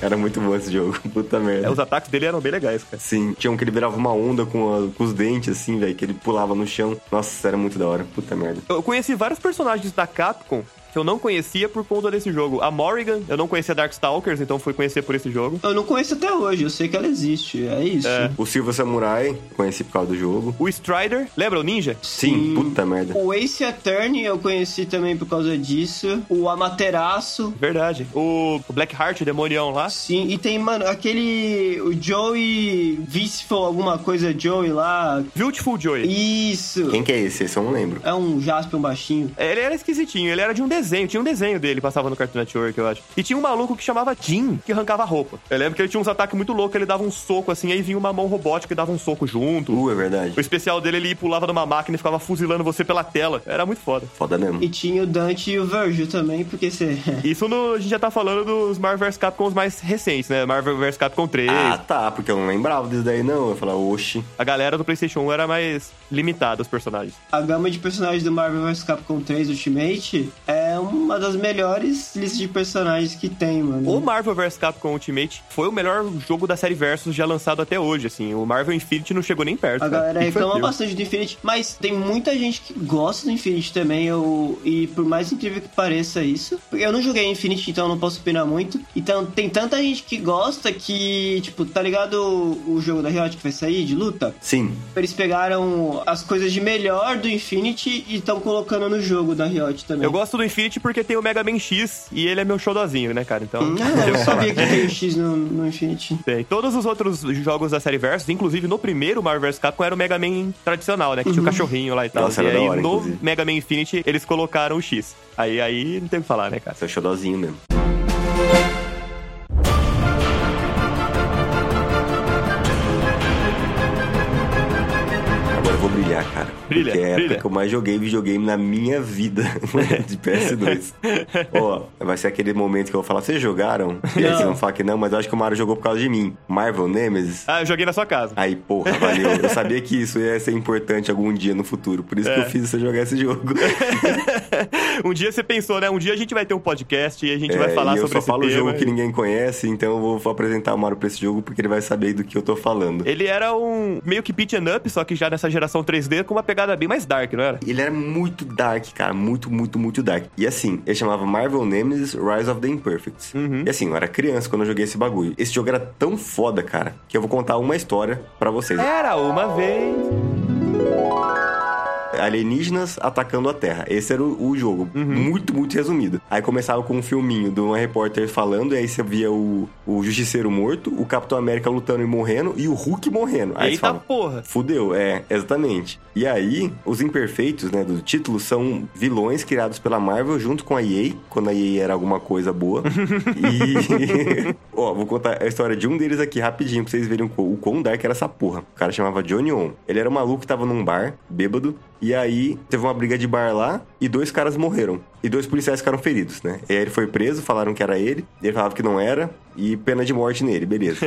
Era muito bom esse jogo, puta
É,
merda.
Os ataques dele eram bem legais, cara.
Sim, tinha um que ele virava uma onda com, a- com os dentes, assim, velho, que ele pulava no chão. Nossa, era muito da hora, puta merda.
Eu conheci vários personagens da Capcom que eu não conhecia por conta desse jogo. A Morrigan, eu não conhecia Darkstalkers, então fui conhecer por esse jogo.
Eu não conheço até hoje, eu sei que ela existe, é isso.
O Silva Samurai, conheci por causa do jogo.
O Strider, lembra o Ninja?
Sim, puta merda.
O Ace Attorney eu conheci também por causa disso. O Amaterasu.
Verdade. O Blackheart, o demonião lá.
Sim, e tem, mano, aquele. O Joey Viceful, alguma coisa, Joey lá.
Beautiful Joy.
Isso!
Quem que é esse? Esse eu não lembro.
É um Jasper, um baixinho.
Ele era esquisitinho, ele era de um desenho, tinha um desenho dele, passava no Cartoon Network, eu acho. E tinha um maluco que chamava Jim, que arrancava a roupa. Eu lembro que ele tinha uns ataques muito loucos, ele dava um soco assim, aí vinha uma mão robótica e dava um soco junto.
Uh, é verdade.
O especial dele, ele pulava numa máquina e ficava fuzilando você pela tela. Era muito foda.
Foda mesmo.
E tinha o Dante e o Virgil também, porque você.
Isso no- a gente já tá falando dos Marvel vs Capcom os mais recentes, né? Marvel vs Capcom 3.
Ah, tá, porque eu não lembrava disso daí, não. Eu falava, oxi.
A galera do PlayStation 1 era mais limitada, os personagens.
A gama de personagens do Marvel vs Capcom 3 Ultimate é uma das melhores listas de personagens que tem, mano.
O Marvel vs Capcom Ultimate foi o melhor jogo da série Versus já lançado até hoje, assim. O Marvel Infinity não chegou nem perto.
A
cara.
galera reclama
Infantil.
bastante do Infinity, mas tem muita gente que gosta do Infinity também. Eu, e por mais incrível que pareça isso, porque eu não joguei Infinity, então eu não posso opinar muito. Então tem tanta gente que gosta que, tipo, tá ligado o, o jogo da Riot que vai sair de luta?
Sim,
Eles pegaram as coisas de melhor do Infinity e estão colocando no jogo da Riot também.
Eu gosto do Infinity porque tem o Mega Man X e ele é meu showdozinho, né, cara? Então.
Hum.
Ah, eu
deixa
não
eu falar.
sabia que tem o X no, no Infinity.
Tem. Todos os outros jogos da série Versus, inclusive no primeiro Marvel vs Capcom, era o Mega Man tradicional, né? Que tinha o cachorrinho lá e tal.
Uhum. Nossa,
e
era da
aí
hora,
no
inclusive.
Mega Man Infinity eles colocaram o X. Aí, aí não tem o que falar, né, cara?
seu xodózinho mesmo. Agora eu vou brilhar, cara.
Brilha,
Porque é a
brilha.
época que eu mais joguei videogame na minha vida de PS2. Ó, vai ser aquele momento que eu vou falar, vocês jogaram? E aí
Não.
vocês vão falar que não, mas eu acho que o Mario jogou por causa de mim. Marvel Nemesis?
Ah, eu joguei na sua casa.
Aí, porra, valeu. Eu sabia que isso ia ser importante algum dia no futuro. Por isso
É.
que eu fiz você jogar esse jogo.
Um dia você pensou, né? Um dia a gente vai ter um podcast e a gente
É,
vai falar
e eu
sobre
só
esse
falo o
tema.
jogo que ninguém conhece, então eu vou apresentar o Mario pra esse jogo porque ele vai saber do que eu tô falando.
Ele era um meio que beat and up, só que já nessa geração 3D com uma pegada bem mais dark, não era?
Ele era muito dark, cara. Muito, muito, muito dark. E assim, ele chamava Marvel Nemesis Rise of the Imperfects.
Uhum.
E assim, eu era criança quando eu joguei esse bagulho. Esse jogo era tão foda, cara, que eu vou contar uma história pra vocês.
Era uma vez.
alienígenas atacando a Terra. Esse era o, o jogo. Muito, muito resumido. Aí começava com um filminho de uma repórter falando, e aí você via o, o Justiceiro morto, o Capitão América lutando e morrendo, e o Hulk morrendo. Aí você
Eita
fala,
porra!
Fudeu, é, exatamente. E aí, os imperfeitos, né, do título, são vilões criados pela Marvel junto com a EA, quando a EA era alguma coisa boa. e. Ó, vou contar a história de um deles aqui rapidinho pra vocês verem o quão, o quão dark era essa porra. O cara chamava Johnny On. Ele era um maluco que tava num bar, bêbado, e aí teve uma briga de bar lá e dois caras morreram. E dois policiais ficaram feridos, né? E aí ele foi preso, falaram que era ele, ele falava que não era, e pena de morte nele, beleza.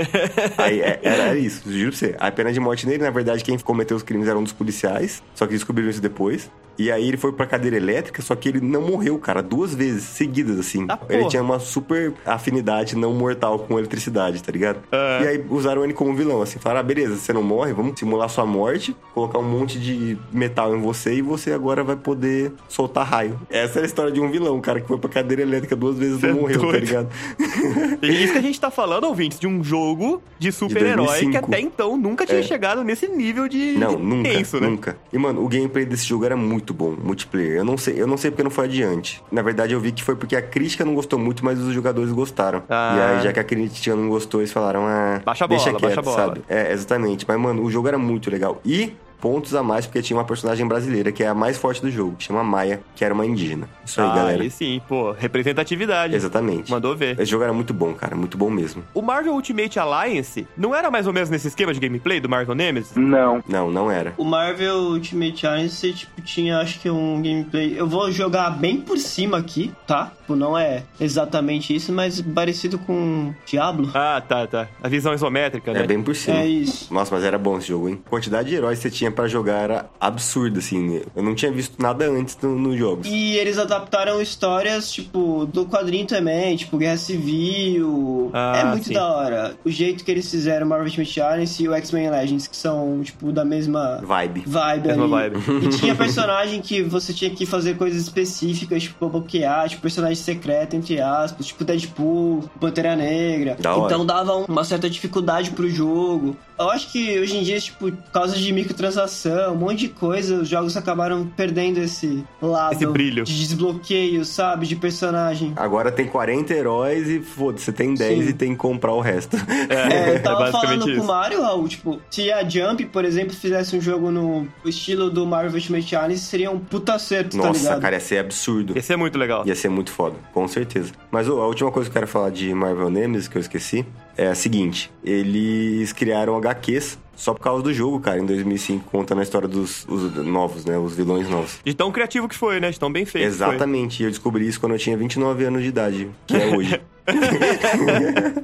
Aí é, era isso, juro pra você. A pena de morte nele, na verdade, quem cometeu os crimes era um dos policiais, só que descobriram isso depois. E aí ele foi pra cadeira elétrica, só que ele não morreu, cara, duas vezes seguidas, assim.
Ah,
ele
porra.
tinha uma super afinidade não mortal com eletricidade, tá ligado?
É.
E aí usaram ele como vilão, assim. Falaram, ah, beleza, você não morre, vamos simular sua morte, colocar um monte de metal em você e você agora vai poder soltar raio. Essa é a história de um vilão, cara, que foi pra cadeira elétrica duas vezes e
é
não morreu, tá
doido.
ligado?
E isso que a gente tá falando, ouvintes, de um jogo de super-herói que
2005.
até então nunca tinha chegado nesse nível de,
É. Não,
de
nunca,
tenso, né?
nunca. E, mano, o gameplay desse jogo era muito bom, multiplayer. Eu não sei, eu não sei porque não foi adiante. Na verdade, eu vi que foi porque a crítica não gostou muito, mas os jogadores gostaram.
Ah.
E aí, já que a crítica não gostou, eles falaram, ah,
Baixa a
deixa
bola,
quieto,
baixa a bola.
sabe? É, exatamente. Mas, mano, o jogo era muito legal. E pontos a mais, porque tinha uma personagem brasileira, que é a mais forte do jogo, que chama Maia, que era uma indígena. Isso aí,
ah,
galera.
aí sim, pô, representatividade.
Exatamente.
Mandou ver.
Esse jogo era muito bom, cara, muito bom mesmo.
O Marvel Ultimate Alliance não era mais ou menos nesse esquema de gameplay do Marvel Nemesis?
Hum.
Não.
Não, não era.
O Marvel Ultimate Alliance, tipo, tinha acho que um gameplay. Eu vou jogar bem por cima aqui, tá? Tipo, não é exatamente isso, mas parecido com Diablo.
Ah, tá, tá. A visão isométrica, né?
É bem por cima.
É isso.
Nossa, mas era bom esse jogo, hein? A quantidade de heróis que você tinha pra jogar era absurda, assim. Eu não tinha visto nada antes no- nos jogos.
E eles adaptaram histórias, tipo, do quadrinho também, tipo, Guerra Civil.
Ah,
é muito
sim.
da hora. O jeito que eles fizeram Marvel Ultimate Alliance e o X-Men Legends, que são, tipo, da mesma
Vibe.
vibe
Mesma
ali.
vibe.
E tinha personagem que você tinha que fazer coisas específicas, tipo, pra bloquear, tipo, personagem secreto, entre aspas, tipo Deadpool, Pantera Negra.
Da hora.
Então dava um- uma certa dificuldade pro jogo. Eu acho que hoje em dia, tipo, por causa de microtransação, um monte de coisa, os jogos acabaram perdendo esse lado
Esse brilho.
de desbloqueio, sabe, de personagem.
Agora tem 40 heróis e foda-se, você tem 10
Sim.
e tem que comprar o resto.
É, eu tava
basicamente
falando com
isso.
o Mario, Raul, tipo, se a Jump, por exemplo, fizesse um jogo no estilo do Marvel Ultimate Alliance, seria um puta acerto, tá
Nossa,
ligado?
cara, ia ser absurdo.
Esse é muito legal.
Ia ser muito foda, com certeza. Mas ô, a última coisa que eu quero falar de Marvel Nemesis, que eu esqueci, é a seguinte: eles criaram HQs só por causa do jogo, cara, em 2005, contando a história dos os novos, né? Os vilões novos.
De tão criativo que foi, né? De tão bem feito. que foi.
Exatamente, e eu descobri isso quando eu tinha 29 anos de idade, que é hoje.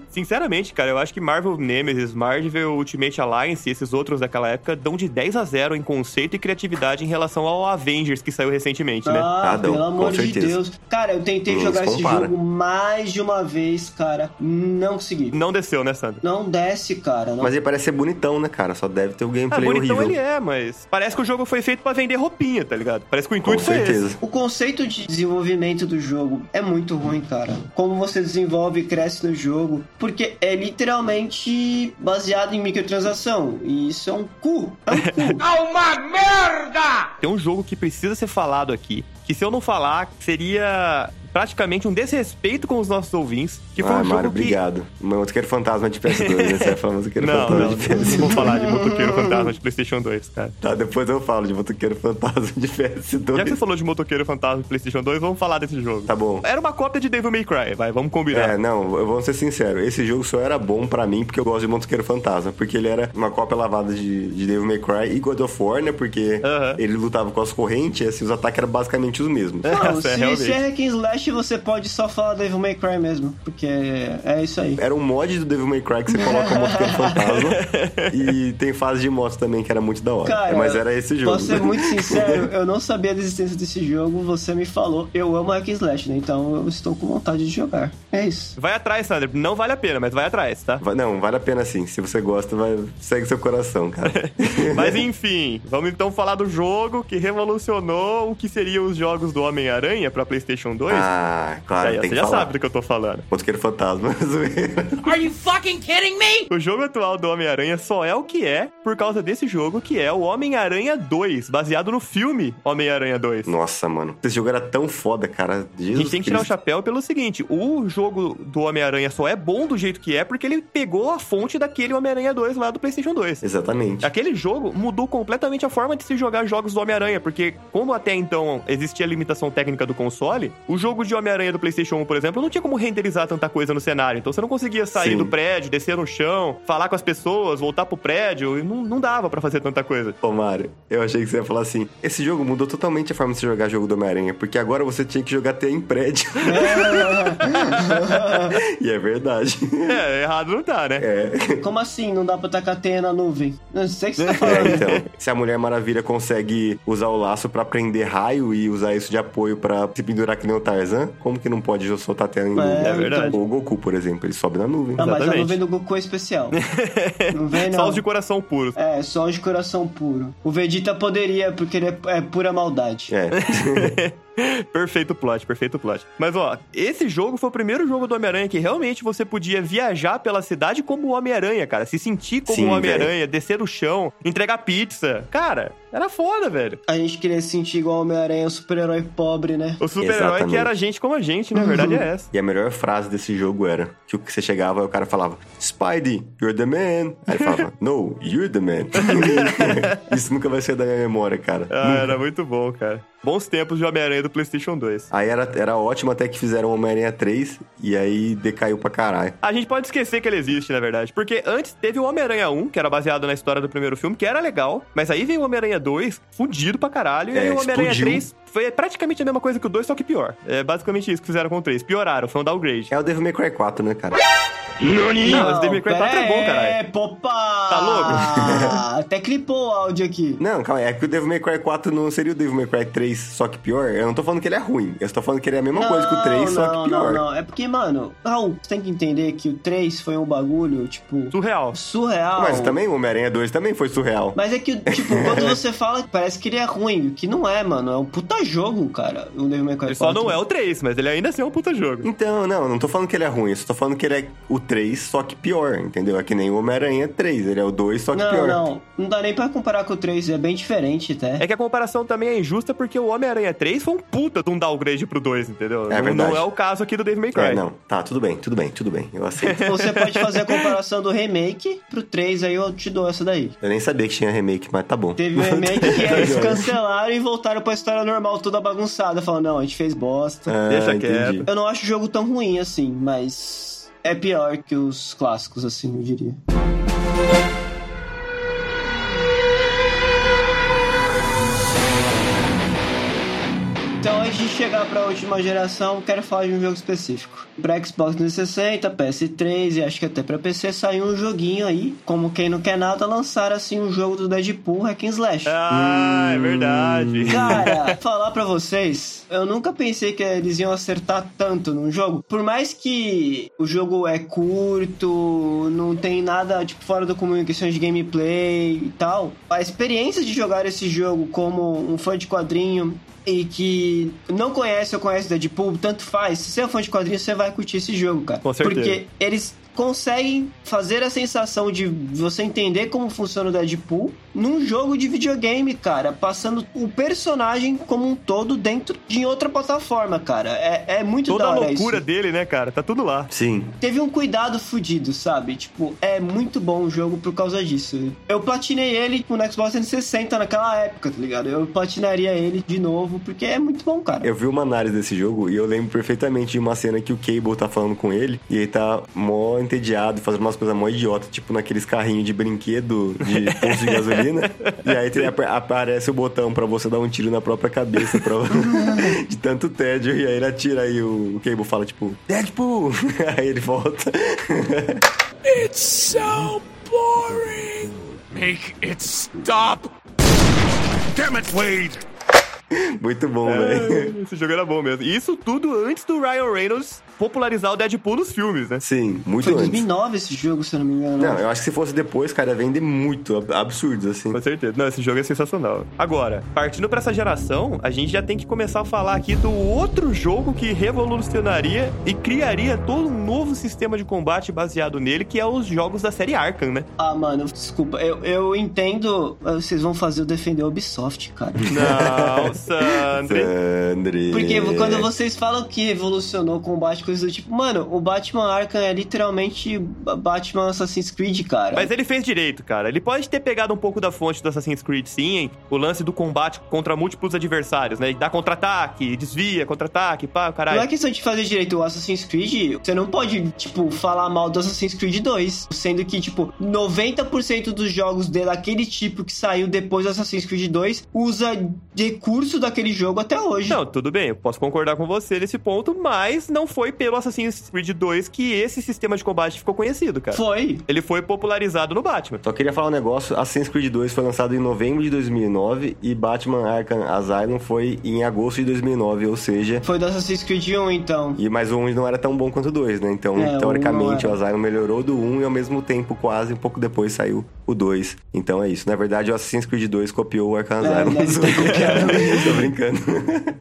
Sinceramente, cara, eu acho que Marvel Nemesis, Marvel Ultimate Alliance e esses outros daquela época dão de 10 a 0 em conceito e criatividade em relação ao Avengers que saiu recentemente, né?
Ah,
Ah, não,
pelo
com
amor de
certeza.
Deus. Cara, eu tentei
Não
jogar
se
esse
compara.
jogo mais de uma vez, cara. Não consegui.
Não desceu, né, Sandro?
Não desce, cara. Não
Mas ele parece ser bonitão, né, cara? Só deve ter o
Ah,
gameplay
bonitão
horrível.
ele é, mas parece que o jogo foi feito pra vender roupinha, tá ligado? Parece que o
Com
intuito foi esse.
certeza.
O conceito de desenvolvimento do jogo é muito ruim, cara. Como você desenvolve e cresce no jogo, porque é literalmente baseado em microtransação. E isso é um cu. É um cu.
Tem um jogo que precisa ser falado aqui, que se eu não falar, seria praticamente um desrespeito com os nossos ouvintes, que foi
ah,
um jogo
Mário,
que...
obrigado. Meu motoqueiro fantasma de PS2, né? Você vai falar motoqueiro
Não,
fantasma
não,
de PS2.
não vou falar de Motoqueiro Fantasma de Playstation 2, cara.
Tá, depois eu falo de motoqueiro fantasma de PS2.
Já que você É, falou de Motoqueiro Fantasma de Playstation 2, vamos falar desse jogo.
Tá bom.
Era uma cópia de Devil May Cry, vai, vamos
É,
combinar.
não, eu vou ser sincero. Esse jogo só era bom pra mim porque eu gosto de Motoqueiro Fantasma. Porque ele era uma cópia lavada de, de Devil May Cry e God of War, né? Porque
Aham.
ele lutava com as correntes e assim, os ataques eram basicamente os mesmos.
Não,
Essa é
se,
realmente.
se é hack and slash, você pode só falar Devil May Cry mesmo, porque é isso aí.
Era um mod do Devil May Cry que você coloca o Motoqueiro Fantasma. E tem fase de moto também que era muito da hora.
Cara,
Mas era esse jogo.
Posso ser muito sincero, eu não sabia da existência desse jogo, você me falou, eu amo hack and slash, né? Então eu estou com vontade de jogar. É isso.
Vai atrás, Sandra. Não vale a pena, mas vai atrás, tá?
Va- Não, vale a pena sim. Se você gosta, vai... segue seu coração, cara.
Mas é enfim, vamos então falar do jogo que revolucionou o que seriam os jogos do Homem-Aranha pra PlayStation 2.
ah, claro,
Aí,
tem
você
que
já
falar.
sabe do que eu tô falando.
Motoqueiro Fantasma, zoeira.
O jogo atual do Homem-Aranha só é o que é por causa desse jogo que é o Homem-Aranha 2, baseado no filme Homem-Aranha 2.
Nossa, mano. Esse jogo era tão foda, cara. Jesus
A gente tem que tirar o
Cristo.
chapéu pelo seguinte: o jogo do Homem-Aranha só é bom do jeito que é porque ele pegou a fonte daquele Homem-Aranha 2 lá do PlayStation 2.
Exatamente.
Aquele jogo mudou completamente a forma de se jogar jogos do Homem-Aranha, porque como até então existia a limitação técnica do console, o jogo de Homem-Aranha do PlayStation 1, por exemplo, não tinha como renderizar tanta coisa no cenário. Então você não conseguia sair
Sim.
do prédio, descer no chão, falar com as pessoas, voltar pro prédio, e não, não dava pra fazer tanta coisa.
Ô, Mário, eu achei que você ia falar assim: esse jogo mudou totalmente a forma de se jogar jogo do Homem-Aranha, porque agora você tinha que jogar até em prédio. e é verdade.
É, errado não tá, né?
É.
Como assim não dá pra tacar teia na nuvem? Não sei o que você tá
É,
falando.
então. Se a Mulher Maravilha consegue usar o laço pra prender raio e usar isso de apoio pra se pendurar que nem o Tarzan, como que não pode soltar até em nuvem?
É
verdade. Tá.
Ou o Goku, por exemplo, ele sobe na nuvem.
Não, Ah, mas a
Exatamente.
nuvem do Goku é especial. Não vem, não.
Só os de coração puro.
É, só os de coração puro. O Vegeta poderia, porque ele é, é pura maldade.
É.
perfeito plot, perfeito plot. Mas ó, esse jogo foi o primeiro jogo do Homem-Aranha que realmente você podia viajar pela cidade como o Homem-Aranha, cara. Se sentir como
Sim,
o Homem-Aranha, descer o chão, entregar pizza. Cara, era foda, velho.
A gente queria se sentir igual ao Homem-Aranha, um super-herói pobre, né?
O super-herói que
Exatamente.
era gente como a gente, né? A verdade é essa.
E a melhor frase desse jogo era que o que você chegava e o cara falava Spidey, you're the man. Aí ele falava No, you're the man. Isso nunca vai ser da minha memória, cara.
Ah, era muito bom, cara. Bons tempos de Homem-Aranha do PlayStation 2.
Aí era, era ótimo até que fizeram Homem-Aranha 3 e aí decaiu pra caralho.
A gente pode esquecer que ele existe, na verdade. Porque antes teve o Homem-Aranha 1, que era baseado na história do primeiro filme, que era legal. Mas aí veio o Homem-Aranha 2, fudido pra caralho. e
É,
aí o Homem-Aranha
explodiu.
3 foi praticamente a mesma coisa que o 2, só que pior. É basicamente isso que fizeram com o 3. Pioraram, foi um downgrade.
É o Devil May Cry 4, né, cara?
Não, mas Devil May Cry 4 é bom,
É,
caralho.
popa!
Tá louco?
Até clipou o áudio aqui.
Não, calma, aí, é que o Devil May Cry 4 não seria o Devil May Cry 3, só que pior. Eu não tô falando que ele é ruim, eu tô falando que ele é a mesma coisa que o 3, só que pior.
Não, não, é porque, mano, Raul, você tem que entender que o 3 foi um bagulho, tipo,
Surreal.
surreal.
Mas também o Homem-Aranha 2 também foi surreal.
Mas é que, tipo, quando você fala, parece que ele é ruim, o que não é, mano. É um puta jogo, cara, o Devil May Cry
Ele só
4.
não é o 3, mas ele ainda assim é um puta jogo.
Então, não, não tô falando que ele é ruim, eu só tô falando que ele é o 3, só que pior, entendeu? É que nem o Homem-Aranha 3, ele é o 2, só que
Não,
pior.
não, não dá nem pra comparar com o 3, é bem diferente até.
É que a comparação também é injusta porque o Homem-Aranha 3 foi um puta de um downgrade pro 2, entendeu? Não-
verdade.
Não é o caso aqui do Devil May Cry.
É, não, tá, tudo bem, tudo bem, tudo bem, eu aceito.
Você pode fazer a comparação do remake pro 3, aí eu te dou essa daí.
eu nem sabia que tinha remake, mas tá bom.
Teve um remake que
Tá
eles
joia.
cancelaram e voltaram pra história normal, toda bagunçada. Falando, não, a gente fez bosta.
Ah,
Deixa
entendi.
quieto.
Eu não acho o jogo tão ruim assim, mas é pior que os clássicos, assim, eu diria. Então a gente de chegar pra última geração, quero falar de um jogo específico. Pra Xbox 360, PS3 e acho que até pra PC saiu um joguinho aí, como quem não quer nada, lançaram assim um jogo do Deadpool Hack and Slash.
Ah, é
Hum.
verdade.
Cara, falar pra vocês, eu nunca pensei que eles iam acertar tanto num jogo. Por mais que o jogo é curto, não tem nada tipo fora do comum em questões de gameplay e tal, a experiência de jogar esse jogo como um fã de quadrinho e que não conhece ou conhece Deadpool, tanto faz. Se você é fã de quadrinho, você vai curtir esse jogo, cara.
Com certeza.
Porque eles conseguem fazer a sensação de você entender como funciona o Deadpool num jogo de videogame, cara, passando o personagem como um todo dentro de outra plataforma, cara. É, é muito
Toda
da
a
hora
loucura
isso.
dele, né, cara? Tá tudo lá.
Sim.
Teve um cuidado fudido, sabe? Tipo, é muito bom o jogo por causa disso. Eu platinei ele tipo, no Xbox 360 naquela época, tá ligado? Eu platinaria ele de novo, porque é muito bom, cara.
Eu vi uma análise desse jogo e eu lembro perfeitamente de uma cena que o Cable tá falando com ele e ele tá mó entediado, fazendo umas coisas mó idiota, tipo naqueles carrinhos de brinquedo de posto de gasolina. E aí tem- apa- aparece o botão pra você dar um tiro na própria cabeça pra... de tanto tédio. E aí ele atira e o Cable fala, tipo, Deadpool! aí ele volta.
Make it stop! Damn it, Wade!
Muito bom, velho.
É, Esse jogo era bom mesmo. E isso tudo antes do Ryan Reynolds popularizar o Deadpool nos filmes, né?
Sim, muito
Foi em
antes.
2009 esse jogo, se eu não me engano.
Não, eu acho que se fosse depois, cara, ia vender muito. ab- Absurdo, assim.
Com certeza. Não, esse jogo é sensacional. Agora, partindo pra essa geração, a gente já tem que começar a falar aqui do outro jogo que revolucionaria e criaria todo um novo sistema de combate baseado nele, que é os jogos da série Arkham, né?
Ah, mano, desculpa. Eu, eu entendo. ah, Vocês vão fazer eu defender a Ubisoft, cara.
Não, Sandre.
Sandri.
Porque
É.
quando vocês falam que revolucionou o combate, coisas do tipo. Mano, o Batman Arkham é literalmente Ba- Batman Assassin's Creed, cara.
Mas é ele fez direito, cara. Ele pode ter pegado um pouco da fonte do Assassin's Creed, sim, hein? o lance do combate contra múltiplos adversários, né? E dá contra-ataque, desvia, contra-ataque, pá, caralho.
Não é questão de fazer direito o Assassin's Creed, você não pode, tipo, falar mal do Assassin's Creed 2, sendo que, tipo, 90% dos jogos de- daquele tipo que saiu depois do Assassin's Creed 2 usa recurso daquele jogo até hoje.
Não, tudo bem, eu posso concordar com você nesse ponto, mas não foi pelo Assassin's Creed 2 que esse sistema de combate ficou conhecido, cara.
Foi.
Ele foi popularizado no Batman.
Só queria falar um negócio, Assassin's Creed 2 foi lançado em novembro de 2009 e Batman Arkham Asylum foi em agosto de 2009, ou seja...
Foi do Assassin's Creed 1, então.
E mais o 1 não era tão bom quanto o 2, né? Então,
É, o um
teoricamente,
não
o
era.
Asylum melhorou do 1 e ao mesmo tempo, quase um pouco depois, saiu o 2. Então é isso. Na verdade, o Assassin's Creed 2 copiou o Arkham
É,
Asylum.
deve ter
Tô brincando.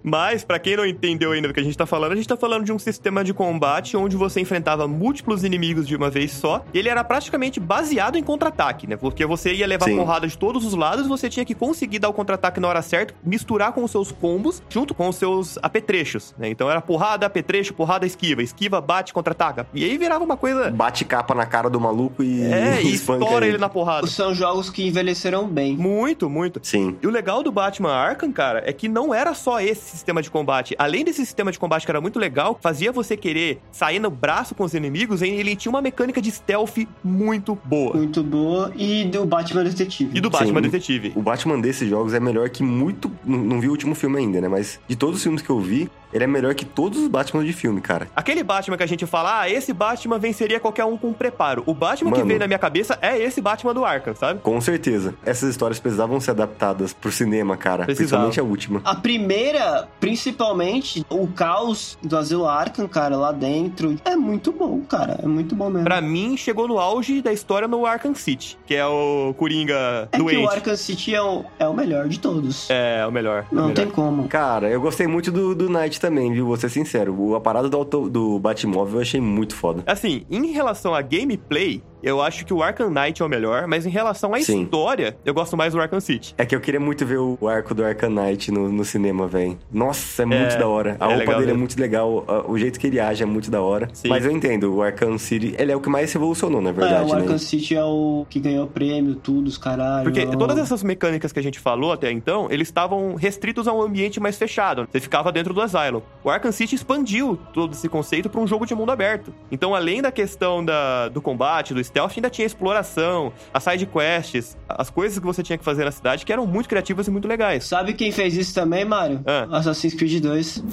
Mas, pra quem não entendeu ainda do que a gente tá falando, a gente tá falando de um sistema de combate onde você enfrentava múltiplos inimigos de uma vez só, e ele era praticamente baseado em contra-ataque, né? Porque você ia levar
Sim.
porrada de todos os lados, você tinha que conseguir dar o contra-ataque na hora certa, misturar com os seus combos, junto com os seus apetrechos, né? Então era porrada, apetrecho, porrada, esquiva, esquiva, bate, contra-ataca. E aí virava uma coisa.
Bate capa na cara do maluco e
É, e
espanca
estoura ele na porrada.
São jogos que envelheceram bem.
Muito, muito.
Sim.
E o legal do Batman Arkham, cara, é que não era só esse sistema de combate. Além desse sistema de combate que era muito legal, fazia você querer sair no braço com os inimigos, hein, ele tinha uma mecânica de stealth muito boa.
Muito boa. E do Batman Detetive.
E do Batman
Sim.
Detetive.
O Batman desses jogos é melhor que muito. Não, não vi o último filme ainda, né? Mas de todos os filmes que eu vi, ele é melhor que todos os Batman de filme, cara.
Aquele Batman que a gente fala, ah, esse Batman venceria qualquer um com preparo. O Batman que
Mano.
veio na minha cabeça é esse Batman do Arkham, sabe?
Com certeza. Essas histórias precisavam ser adaptadas pro cinema, cara.
Precisava.
Principalmente a última.
A primeira, principalmente, o caos do Asilo Arkham, cara, lá dentro. É muito bom, cara. É muito bom mesmo.
Pra mim, chegou no auge da história no Arkham City, que é o Coringa
é que
doente.
o Arkham City é o, é o melhor de todos.
É, o melhor. o
Não
melhor.
tem como.
Cara, eu gostei muito do, do Knight também, viu? Vou ser sincero. O, a parada do, auto, do Batmóvel eu achei muito foda.
Assim, em relação a gameplay, eu acho que o Arkham Knight é o melhor, mas em relação à
Sim.
história, eu gosto mais do Arkham City.
É que eu queria muito ver o o arco do Arkham Knight no, no cinema, velho. Nossa, é muito
É,
da hora. A
é
roupa
legal
dele é
mesmo.
muito legal, a- o jeito que ele age é muito da hora.
Sim.
Mas eu entendo, o Arkham City, ele é o que mais revolucionou, na
é,
verdade,
o
né?
Arkham City é o que ganhou o prêmio, tudo, os caralho.
Porque todas essas mecânicas que a gente falou até então, eles estavam restritos a um ambiente mais fechado. Você ficava dentro do Asylum. O Arkham City expandiu todo esse conceito para um jogo de mundo aberto. Então, além da questão da, do combate, do stealth ainda tinha exploração, as side quests, as coisas que você tinha que fazer na cidade que eram muito criativas e muito legais.
Sabe quem fez isso também, Mario?
Ah.
Assassin's Creed 2.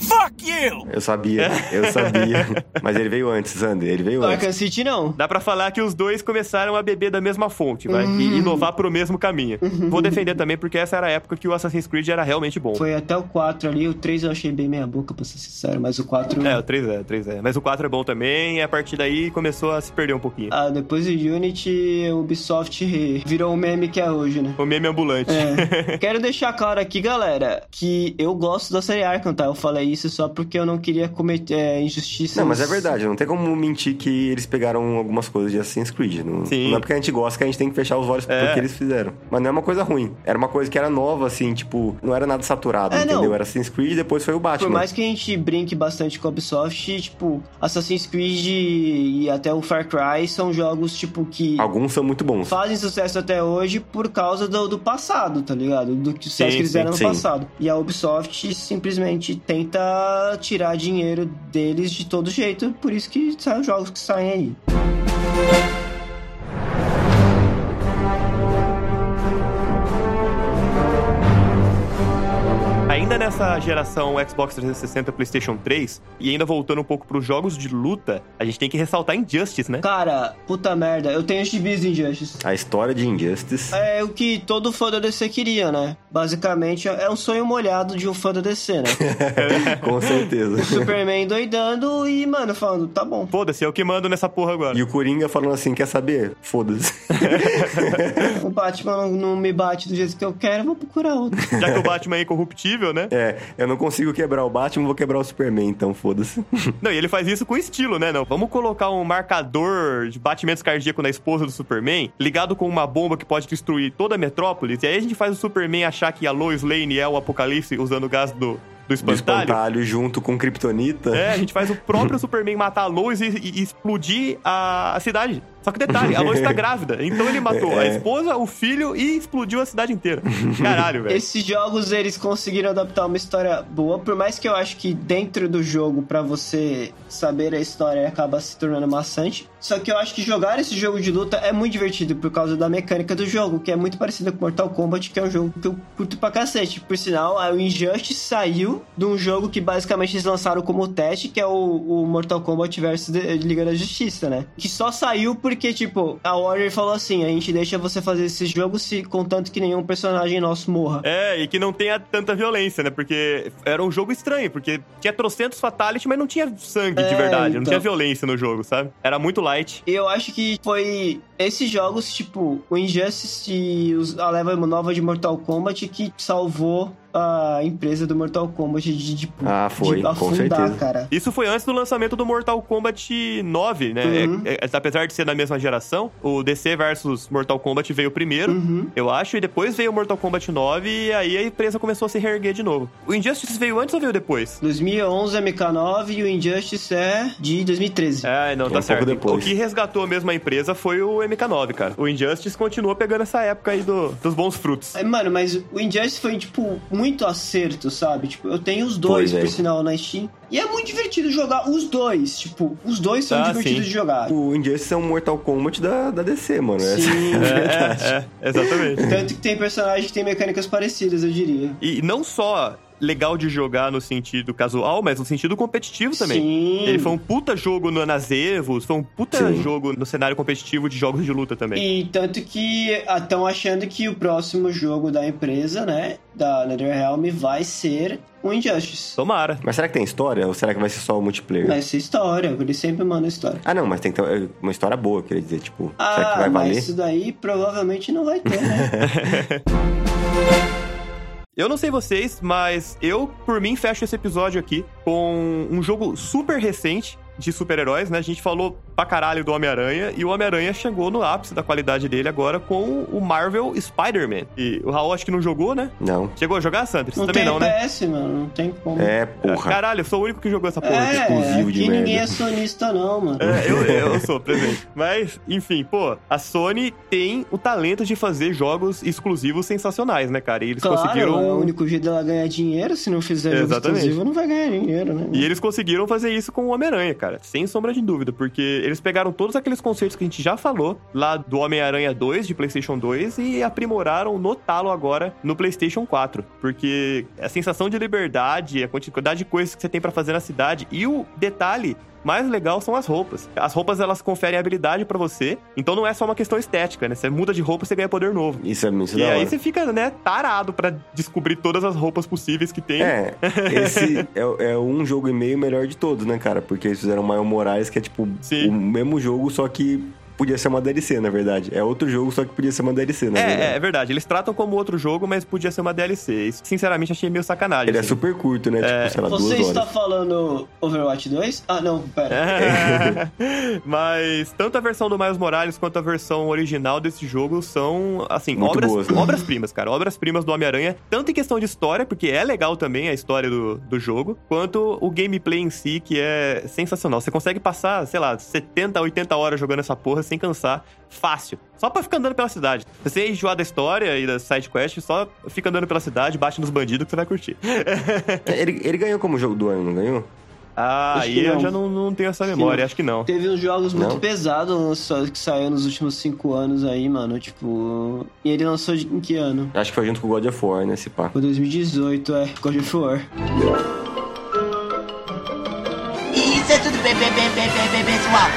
Eu sabia, eu sabia. Mas ele veio antes, Zander, ele veio antes.
Arkham City não.
Dá pra falar que os dois começaram a beber da mesma fonte, vai,
Hum.
e inovar pro mesmo caminho. Vou defender também porque essa era a época que o Assassin's Creed era realmente bom.
Uhum. Foi até o 4 ali, o 3 eu achei bem meia boca, pra ser sincero, mas o 4...
É, o 3 é, o 3 é. Mas o 4 é bom também, e a partir daí começou a se perder um pouquinho.
Ah, depois do Unity, o Ubisoft virou o meme que é hoje, né?
O meme ambulante.
É. Quero deixar claro aqui, galera, que eu gosto da série Arkham, tá? Eu falei isso só porque eu não queria cometer é, injustiças.
Não, mas é verdade, não tem como mentir que eles pegaram algumas coisas de Assassin's Creed. Não,
Sim.
não é porque a gente gosta que a gente tem que fechar os olhos
É.
porque eles fizeram. Mas não é uma coisa ruim. Era uma coisa que era nova, assim, tipo, não era nada saturado,
É, não.
entendeu? Era Assassin's Creed e depois foi o Batman.
Por mais que a gente brinque bastante com a Ubisoft, tipo, Assassin's Creed e até o Far Cry são jogos, tipo, que
Alguns são muito bons.
fazem sucesso até hoje por causa do, do passado, tá ligado? Do que sucesso
Sim,
que eles
sim,
eram no
sim.
passado. E a Ubisoft simplesmente tenta tirar dinheiro deles de todo jeito, por isso que saem os jogos que saem aí.
Ainda nessa geração Xbox 360 PlayStation 3, e ainda voltando um pouco pros jogos de luta, a gente tem que ressaltar Injustice, né?
Cara, puta merda, eu tenho gibis de Injustice.
A história de Injustice.
É o que todo fã da DC queria, né? Basicamente, é um sonho molhado de um fã da DC, né?
Com certeza.
Superman doidando e, mano, falando, tá bom.
Foda-se, eu que mando nessa porra agora.
E o Coringa falando assim, quer saber? Foda-se.
O Batman não, não me bate do jeito que eu quero, eu vou procurar outro.
Já que o Batman é incorruptível, né?
É, eu não consigo quebrar o Batman, vou quebrar o Superman, então foda-se.
Não, e ele faz isso com estilo, né? Não, vamos colocar um marcador de batimentos cardíacos na esposa do Superman, ligado com uma bomba que pode destruir toda a metrópolis, e aí a gente faz o Superman achar que a Lois Lane é o Apocalipse usando o gás do, do
Do
espantalho.
espantalho junto com Kryptonita.
É, a gente faz o próprio Superman matar a Lois e, e- e explodir a, a cidade. Só que detalhe, a Lois tá grávida, então ele matou a esposa, o filho e explodiu a cidade inteira. Caralho, velho.
Esses jogos, eles conseguiram adaptar uma história boa, por mais que eu acho que dentro do jogo, pra você saber a história, acaba se tornando maçante. Só que eu acho que jogar esse jogo de luta é muito divertido por causa da mecânica do jogo, que é muito parecida com Mortal Kombat, que é um jogo que eu curto pra cacete. Por sinal, a Injustice saiu de um jogo que basicamente eles lançaram como teste, que é o, o Mortal Kombat vs The- Liga da Justiça, né? Que só saiu porque, tipo, a Warner falou assim: a gente deixa você fazer esse jogo se contanto que nenhum personagem nosso morra.
É, e que não tenha tanta violência, né? Porque era um jogo estranho, porque tinha trocentos fatality, mas não tinha sangue de
É,
verdade, não
então.
tinha violência no jogo, sabe? Era muito light.
E Eu acho que foi esses jogos, tipo, o Injustice e os- a leva nova de Mortal Kombat que salvou a empresa do Mortal Kombat de, tipo, de,
Ah, foi,
de
com certeza.
cara.
Isso foi antes do lançamento do Mortal Kombat 9, né?
Uhum.
É- é- apesar de ser da mesma geração, o DC versus Mortal Kombat veio primeiro,
Uhum.
eu acho, e depois veio o Mortal Kombat 9 e aí a empresa começou a se reerguer de novo. O Injustice veio antes ou veio depois?
2011 MK9 e o Injustice é de 2013.
É, não, tá
pouco
certo.
depois.
O que resgatou mesmo a empresa foi o MK9, cara. O Injustice continuou pegando essa época aí do- dos bons frutos.
É, Mano, mas o Injustice foi, tipo, muito acerto, sabe? Tipo, eu tenho os dois,
Pois é.
por sinal, na Steam. E é muito divertido jogar os dois. Tipo, os dois são
Ah,
divertidos
sim.
de jogar.
O Injustice é um Mortal Kombat da, da DC, mano. Essa
Sim.
é a
É,
verdade.
é, exatamente.
Tanto que tem personagens que tem mecânicas parecidas, eu diria.
E não só legal de jogar no sentido casual, mas no sentido competitivo também.
Sim.
Ele foi um puta jogo no, nas Evos, foi um puta
Sim.
jogo no cenário competitivo de jogos de luta também.
E tanto que estão achando que o próximo jogo da empresa, né, da NetherRealm, vai ser o Injustice.
Tomara.
Mas será que tem história? Ou será que vai ser só o multiplayer?
Vai ser história, ele sempre manda história.
Ah, não, mas tem que ter uma história boa, eu queria dizer. Tipo, será que
Ah,
vai
mas
valer?
isso daí provavelmente não vai ter, né?
Eu não sei vocês, mas eu, por mim, fecho esse episódio aqui com um jogo super recente de super-heróis, né? A gente falou pra caralho do Homem-Aranha e o Homem-Aranha chegou no ápice da qualidade dele agora com o Marvel Spider-Man. E o Raul acho que não jogou, né?
Não.
Chegou a jogar, Sandra? Você
Não
também
tem
não, né?
PS, mano, não tem como.
É, porra.
Caralho, eu sou o único que jogou essa porra.
É,
exclusivo de
aqui ninguém
merda.
é sonista não, mano.
É, eu, eu sou, presente. Mas, enfim, pô, a Sony tem o talento de fazer jogos exclusivos sensacionais, né, cara? E eles
Claro, é o
conseguiram.
único jeito dela ganhar dinheiro, se não fizer jogo
Exatamente.
exclusivo, não vai ganhar dinheiro, né?
E eles conseguiram fazer isso com o Homem-Aranha, cara. Sem sombra de dúvida, porque Eles pegaram todos aqueles conceitos que a gente já falou lá do Homem-Aranha 2 de PlayStation 2 e aprimoraram no talo agora no PlayStation 4, porque a sensação de liberdade, a quantidade de coisas que você tem pra fazer na cidade e o detalhe mais legal são as roupas. As roupas elas conferem habilidade pra você, então não é só uma questão estética, né? Você muda de roupa, você ganha poder novo.
Isso é muito
e
da hora.
aí você fica, né, tarado pra descobrir todas as roupas possíveis que tem.
É, esse é, é um jogo e meio melhor de todos, né, cara? Porque eles fizeram Miles Moraes, que é tipo
Sim.
o mesmo jogo, só que podia ser uma DLC, na verdade. É outro jogo, só que podia ser uma DLC, na verdade.
É, é verdade. Eles tratam como outro jogo, mas podia ser uma DLC. Isso, sinceramente, achei meio sacanagem.
Ele é
assim.
super curto, né? Tipo, sei lá, duas
Você
horas. É,
está falando Overwatch 2? Ah, não, pera.
Mas tanto a versão do Miles Morales quanto a versão original desse jogo são, assim,
Muito
obras,
boas, né?
obras-primas, cara. Obras-primas do Homem-Aranha, tanto em questão de história, porque é legal também a história do, do jogo, quanto o gameplay em si, que é sensacional. Você consegue passar, sei lá, 70, 80 horas jogando essa porra sem cansar, fácil. Só pra ficar andando pela cidade. Se você enjoar da história e da side quest, só fica andando pela cidade, bate nos bandidos que você vai curtir.
É, Ele, ele ganhou como jogo do ano, não ganhou?
Ah,
Acho
aí
que
eu
não.
já não, não tenho essa
que
memória,
não.
acho que não.
Teve uns jogos muito
Não?
pesados lançados que saiu nos últimos 5 anos aí, mano. Tipo. E ele lançou de- em que ano?
Acho que foi junto com o God of War, né, esse pá.
Foi 2018, é. God of War.
Isso é tudo bem, bem, bem, bem, bem, bem, pessoal.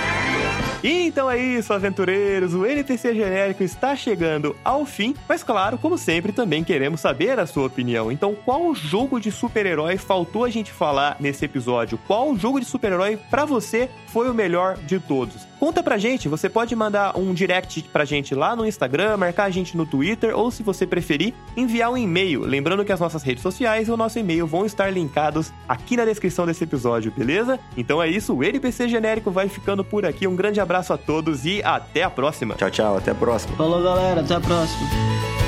E então é isso, aventureiros. O NPC genérico está chegando ao fim, mas claro, como sempre, também queremos saber a sua opinião. Então, qual jogo de super-herói faltou a gente falar nesse episódio? Qual jogo de super-herói pra você foi o melhor de todos? Conta pra gente, você pode mandar um direct pra gente lá no Instagram, marcar a gente no Twitter ou se você preferir, enviar um e-mail. Lembrando que as nossas redes sociais e o nosso e-mail vão estar linkados aqui na descrição desse episódio, beleza? Então é isso, o NPC genérico vai ficando por aqui. Um grande abraço a todos e até a próxima.
Tchau, tchau. Até a próxima.
Falou, galera. Até a próxima.